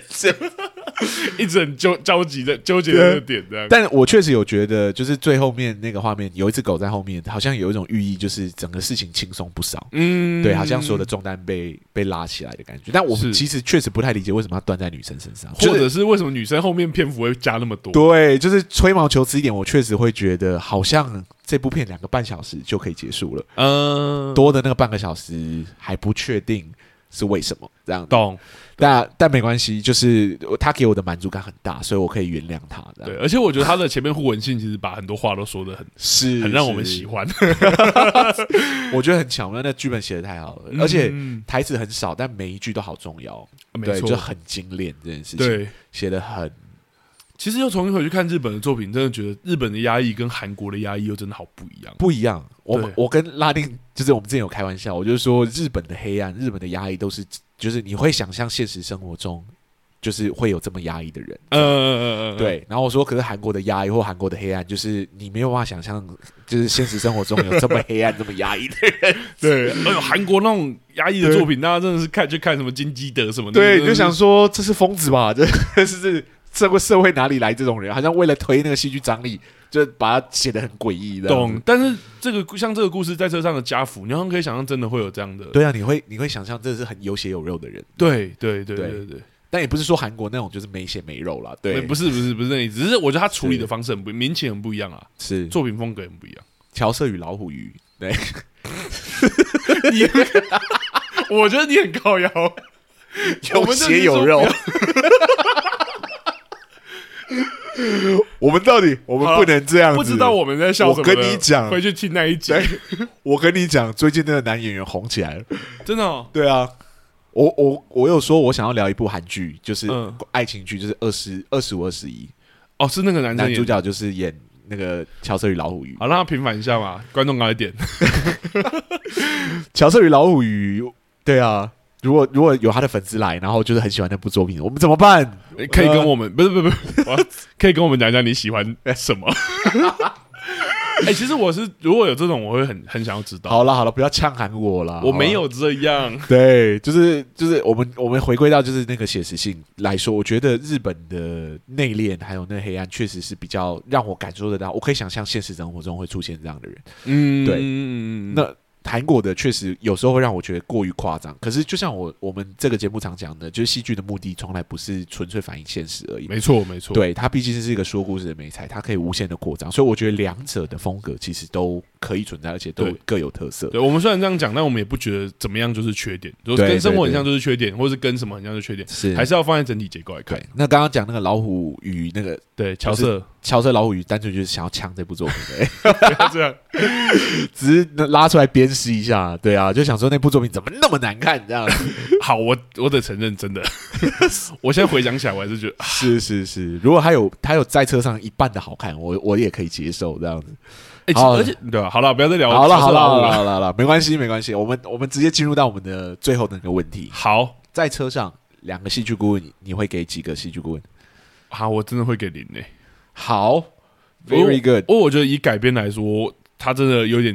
Speaker 1: 一直很纠焦急的纠结的那个点这样。
Speaker 2: 但我确实有觉得，就是最后面那个画面，有一只狗在后面，好像有一种寓意，就是整个事情轻松不少。
Speaker 1: 嗯
Speaker 2: 对，好像所有的重担被被拉起来的感觉。但我
Speaker 1: 是
Speaker 2: 其实确实不太理解为什么要断在女生身上，就
Speaker 1: 或
Speaker 2: 是
Speaker 1: 者是为什么女生后面篇幅会加那么多？
Speaker 2: 对，就是吹毛求疵一点，我确实会觉得好像这部片两个半小时就可以结束了，
Speaker 1: 嗯，
Speaker 2: 多的那个半个小时还不确定是为什么这样。
Speaker 1: 懂
Speaker 2: 但但没关系，就是呃他给我的满足感很大，所以我可以原谅他。这样
Speaker 1: 对，而且我觉得他的前面互文性其实把很多话都说的很
Speaker 2: 是
Speaker 1: 很让我们
Speaker 2: 是
Speaker 1: 喜欢，
Speaker 2: 我觉得很巧妙，那剧本写的太好了， 而且
Speaker 1: 嗯
Speaker 2: 台词很少，但每一句都好重要，
Speaker 1: 没
Speaker 2: 对，
Speaker 1: 错
Speaker 2: 就，很精炼这件事情，
Speaker 1: 对。
Speaker 2: 写的很
Speaker 1: 其实又重新回去看日本的作品，真的觉得日本的压抑跟韩国的压抑又真的好不一 样。
Speaker 2: 不一样。我们
Speaker 1: 对
Speaker 2: 我跟拉丁就是我们之前有开玩笑，我就说日本的黑暗、日本的压抑都是，就是你会想象现实生活中就是会有这么压抑的人，
Speaker 1: 嗯嗯嗯嗯，
Speaker 2: 对。然后我说，可是韩国的压抑或韩国的黑暗，就是你没有办法想象，就是现实生活中有这么黑 暗、这么压抑的人。
Speaker 1: 对。哎呦，韩国那种压抑的作品，大家真的是看就看什么金基德什么的，
Speaker 2: 对，
Speaker 1: 真
Speaker 2: 你
Speaker 1: 的
Speaker 2: 就是想说这是疯子吧？ 这这是社会社会哪里来这种人？好像为了推那个戏剧张力，就把它写的很诡异的。
Speaker 1: 懂。但是这个像这个故事在车上的家福，你好像可以想象真的会有这样的，
Speaker 2: 对啊，你会你会想象这是很有血有肉的人，
Speaker 1: 对对对
Speaker 2: 对
Speaker 1: 对对
Speaker 2: 但也不是说韩国那种就是没血没肉啦。对，
Speaker 1: 对，不是不是不是那意思，只是我觉得他处理
Speaker 2: 是
Speaker 1: 的方式很不民情很不一样啊，
Speaker 2: 是
Speaker 1: 作品风格很不一样。
Speaker 2: 乔瑟与老虎鱼。对，
Speaker 1: 我觉得你很靠腰， 我
Speaker 2: 有
Speaker 1: 们这是
Speaker 2: 血有肉。 我们到底我们
Speaker 1: 好
Speaker 2: 不能这样子。
Speaker 1: 不知道我们在笑什么的。
Speaker 2: 我跟你讲
Speaker 1: 回去听那一集，
Speaker 2: 我跟你讲，最近那个男演员红起来了。
Speaker 1: 真的哦，
Speaker 2: 对啊，我我我有说我想要聊一部韩剧，就是
Speaker 1: 嗯
Speaker 2: 爱情剧，就是二十二十五二十一，
Speaker 1: 哦是那个男生
Speaker 2: 男
Speaker 1: 演
Speaker 2: 主
Speaker 1: 的。
Speaker 2: 角就是演那个乔瑟与老虎鱼。
Speaker 1: 好，让他平反一下 嘛，观众赶快点。
Speaker 2: 乔瑟与老虎鱼，对啊，如果如果有他的粉丝来，然后就是很喜欢那部作品，我们怎么办？
Speaker 1: 可以
Speaker 2: 呃
Speaker 1: 跟我们、不是不是不是， 我要可以跟我们讲讲你喜欢什么？哎、其实我是如果有这种，我会很很想要知道。
Speaker 2: 好了好了，不要呛喊我了，
Speaker 1: 我没
Speaker 2: 好
Speaker 1: 有
Speaker 2: 吧。
Speaker 1: 这样，
Speaker 2: 对，就是就是我们我们回归到就是那个写实性来说，我觉得日本的内敛还有那黑暗，确实是比较让我感受得到。我可以想象现实生活中会出现这样的人。
Speaker 1: 嗯，
Speaker 2: 对
Speaker 1: 嗯
Speaker 2: 那韩国的确实有时候会让我觉得过于夸张，可是就像我我们这个节目常讲的，就是戏剧的目的从来不是纯粹反映现实而已。
Speaker 1: 没错没错，，
Speaker 2: 对，它毕竟是一个说故事的美材，它可以无限的扩张，所以我觉得两者的风格其实都可以存在，而且都
Speaker 1: 对
Speaker 2: 各有特色。
Speaker 1: 对我们虽然这样讲，但我们也不觉得怎么样就是缺点，就是
Speaker 2: 对
Speaker 1: 跟生活很
Speaker 2: 对
Speaker 1: 像就是缺点，或是跟什么很像就是缺点，
Speaker 2: 是，
Speaker 1: 还是要放在整体结构来看
Speaker 2: 对。。那刚刚讲那个老虎与那个
Speaker 1: 对，乔瑟
Speaker 2: 乔瑟老虎与，单纯就是想要呛这部作品的、 哎
Speaker 1: 不要这 样，
Speaker 2: 只是拉出来鞭尸一下。对啊，就想说那部作品怎么那么难看这样。
Speaker 1: 好，我我得承认，真的， 我现在回想起来，我还是觉得啊
Speaker 2: 是是是，如果他有他有在车上一半的好看，我我也可以接受这样子。
Speaker 1: 哎、
Speaker 2: 好
Speaker 1: 而且对吧、好了，不要再聊
Speaker 2: 好了
Speaker 1: 哦乔
Speaker 2: 好
Speaker 1: 瑟
Speaker 2: 了
Speaker 1: 老
Speaker 2: 好
Speaker 1: 五
Speaker 2: 了好了好了，没关系没关系，我们我们直接进入到我们的最后的那个问题，
Speaker 1: 好，
Speaker 2: 在车上两个戏
Speaker 1: 啊
Speaker 2: 剧顾问，你你会给几个戏剧顾问？
Speaker 1: 好，我真的会给零诶、哦
Speaker 2: 好， ，very good，
Speaker 1: 欸不过我觉得以改编来说，它真的有点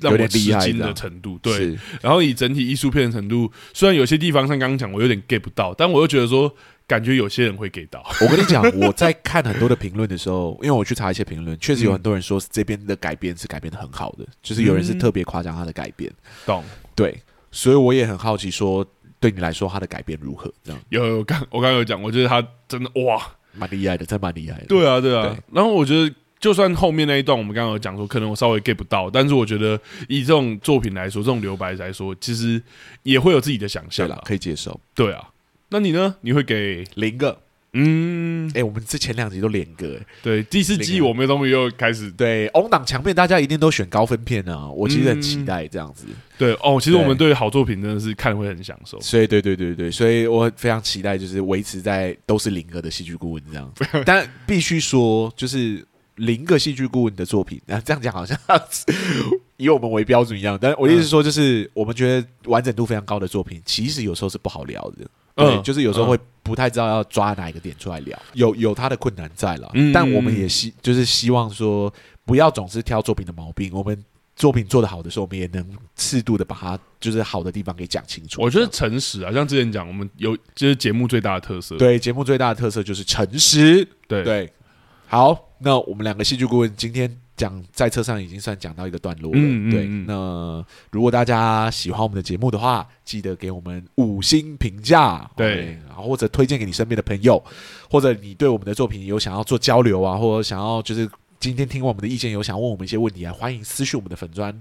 Speaker 1: 让
Speaker 2: 有
Speaker 1: 我
Speaker 2: 点
Speaker 1: 吃
Speaker 2: 厉害
Speaker 1: 惊
Speaker 2: 这
Speaker 1: 的
Speaker 2: 样
Speaker 1: 程度。对，
Speaker 2: 是
Speaker 1: 然后以整体艺术片的程度，虽然有些地方像刚刚讲我有点 get 不到，但我又觉得说，感觉有些人会 get 到。
Speaker 2: 我跟你讲，我在看很多的评论的时候，因为我去查一些评论，确实有很多人说这边的改编是改编的很好的，就是有人是
Speaker 1: 嗯
Speaker 2: 特别夸奖他的改编，
Speaker 1: 懂？
Speaker 2: 对，所以我也很好奇说，对你来说他的改编如何？这样
Speaker 1: 有有刚我刚刚有讲，我觉得他真的哇，
Speaker 2: 蛮厉害的，真蛮厉害的。
Speaker 1: 对啊，对啊
Speaker 2: 对。
Speaker 1: 然后我觉得，就算后面那一段我们刚刚有讲说，可能我稍微 get 不到，但是我觉得以这种作品来说，这种留白来说，其实也会有自己的想
Speaker 2: 对
Speaker 1: 象
Speaker 2: 了
Speaker 1: 啦，。
Speaker 2: 可以接受
Speaker 1: 对啊，那你呢？你会给
Speaker 2: 零个，
Speaker 1: 嗯，
Speaker 2: 哎、我们之前两集都零个、诶
Speaker 1: 对，第四季
Speaker 2: 那个
Speaker 1: 我们终于又开始
Speaker 2: 对，翁档强片大家一定都选高分片啊，我其实很期待这样子，
Speaker 1: 对哦。其实
Speaker 2: 对
Speaker 1: 我们对好作品真的是啊看会很享受。
Speaker 2: 所以对对对对，所以我非常期待就是维持在都是零个的戏剧顾问 这样，但必须说就是零个戏剧顾问的作品，那、这样讲好像以我们为标准一样，但我的意思是说就是我们觉得完整度非常高的作品，其实有时候是不好聊的。对，
Speaker 1: 嗯
Speaker 2: 就是有时候会不太知道要抓哪一个点出来聊，有有它的困难在了，
Speaker 1: 嗯
Speaker 2: 但我们也希就是希望说不要总是挑作品的毛病，我们作品做得好的时候，我们也能适度的把它就是好的地方给讲清楚。
Speaker 1: 我觉得
Speaker 2: 这样
Speaker 1: 诚实啊，像之前讲，我们有就是节目最大的特色。
Speaker 2: 对节目最大的特色就是诚实。
Speaker 1: 对
Speaker 2: 对，好，那我们两个戏剧顾问今天。讲在车上已经算讲到一个段落了，
Speaker 1: 嗯嗯
Speaker 2: 对。
Speaker 1: 嗯
Speaker 2: 那如果大家喜欢我们的节目的话，记得给我们五星评价，
Speaker 1: 对
Speaker 2: 然后或者推荐给你身边的朋友，或者你对我们的作品有想要做交流啊，或者想要就是今天听完我们的意见，有想问我们一些问题啊，欢迎私讯我们的粉砖，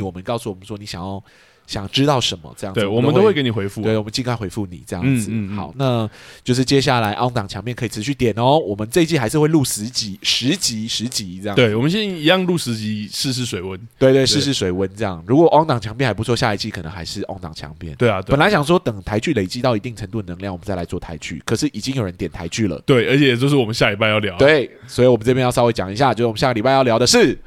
Speaker 1: 嗯，
Speaker 2: 我们告诉我们说你想要想知道什么这样子，
Speaker 1: 对，我们
Speaker 2: 都
Speaker 1: 都会给你回复。
Speaker 2: 对，我们尽快回复你这样子。
Speaker 1: 啊嗯嗯嗯
Speaker 2: 好，那就是接下来 on 档墙面可以持续点哦。我们这一季还是会录十集、十集、十集这样。
Speaker 1: 对，我们先一样录十集试试水温。
Speaker 2: 对对，试试水温这样。如果 on 档墙面还不错，下一季可能还是 on 档墙面。
Speaker 1: 对啊，对
Speaker 2: 本
Speaker 1: 啊
Speaker 2: 来想说等台剧累积到一定程度的能量，我们再来做台剧，可是已经有人点台剧了。
Speaker 1: 对，而且也就是我们下礼拜要聊《
Speaker 2: 对，所以我们这边要稍微讲一下，就是我们下个礼拜要聊的是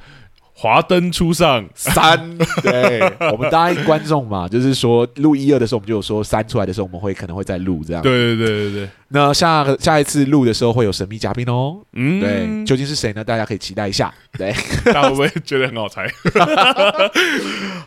Speaker 1: 华灯初上》。
Speaker 2: 啊 三，对，我们答应观众嘛，就是说录一二的时候，我们就有说三出来的时候，我们会可能会再录这样。
Speaker 1: 对对对对对，
Speaker 2: 那下个下一次录的时候会有神秘嘉宾哦，
Speaker 1: 嗯，
Speaker 2: 对，究竟是谁呢？大家可以期待一下。对，
Speaker 1: 大家会不会觉得很好猜？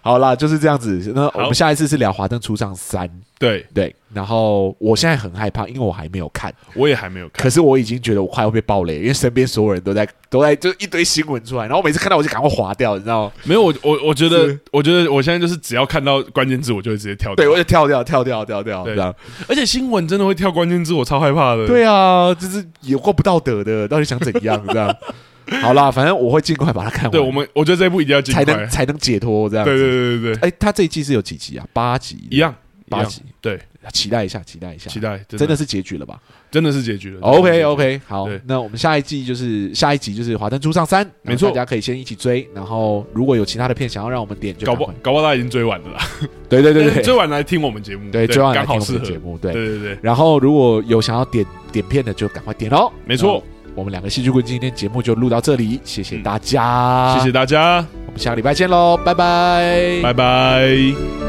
Speaker 2: 好啦，就是这样子。那我
Speaker 1: 好
Speaker 2: 们下一次是聊《华灯初上三》，
Speaker 1: 对
Speaker 2: 对。然后我现在很害怕，因为我还没有看，
Speaker 1: 我也还没有看
Speaker 2: 可。是我已经觉得我快要被爆雷，因为身边所有人都在都在就是一堆新闻出来，然后我每次看到我就赶快划掉，你知道吗？
Speaker 1: 没有，我我我觉得
Speaker 2: 是，
Speaker 1: 我觉得我现在就是只要看到关键字，我就会直接跳掉。
Speaker 2: 对，我就跳掉，跳掉，跳掉，
Speaker 1: 对
Speaker 2: 这样。
Speaker 1: 而且新闻真的会跳关键字，我超害怕的。
Speaker 2: 对啊，就是有够不道德的，到底想怎样？这样。好啦，反正我会尽快把它看完，
Speaker 1: 对，我们我觉得这一部一定要尽
Speaker 2: 才
Speaker 1: 快。
Speaker 2: 能
Speaker 1: 对
Speaker 2: 才能解脱这样子。
Speaker 1: 对对对对，
Speaker 2: 哎，他这一季是有几集啊？八集，
Speaker 1: 一样一
Speaker 2: 八
Speaker 1: 样，
Speaker 2: 集，
Speaker 1: 对，
Speaker 2: 期待一下，期待一下，
Speaker 1: 期待真
Speaker 2: 真的
Speaker 1: 的
Speaker 2: 是结局了吧
Speaker 1: 真的是结局了。
Speaker 2: ？OK OK，好
Speaker 1: 对，
Speaker 2: 那我们下一季就是下一集就是《华灯初上三》，
Speaker 1: 没错
Speaker 2: 大家可以先一起追，然后如果有其他的片想要让我们点，就
Speaker 1: 搞不
Speaker 2: 赶快
Speaker 1: 搞不好大家已经追完了啦，
Speaker 2: 对对对
Speaker 1: 但是 追
Speaker 2: 对
Speaker 1: 完来听我们节目，
Speaker 2: 对，追完来
Speaker 1: 刚
Speaker 2: 听
Speaker 1: 好
Speaker 2: 我们
Speaker 1: 适
Speaker 2: 的
Speaker 1: 合。
Speaker 2: 节
Speaker 1: 对
Speaker 2: 目，对。
Speaker 1: 对对，
Speaker 2: 然后如果有想要点点片的，就赶快点哦。
Speaker 1: 没错，
Speaker 2: 我们两个戏剧棍今天节目就录到这里，谢谢
Speaker 1: 嗯
Speaker 2: 大家，
Speaker 1: 谢谢，大家，
Speaker 2: 我们下个礼拜见喽，拜拜，
Speaker 1: 拜拜。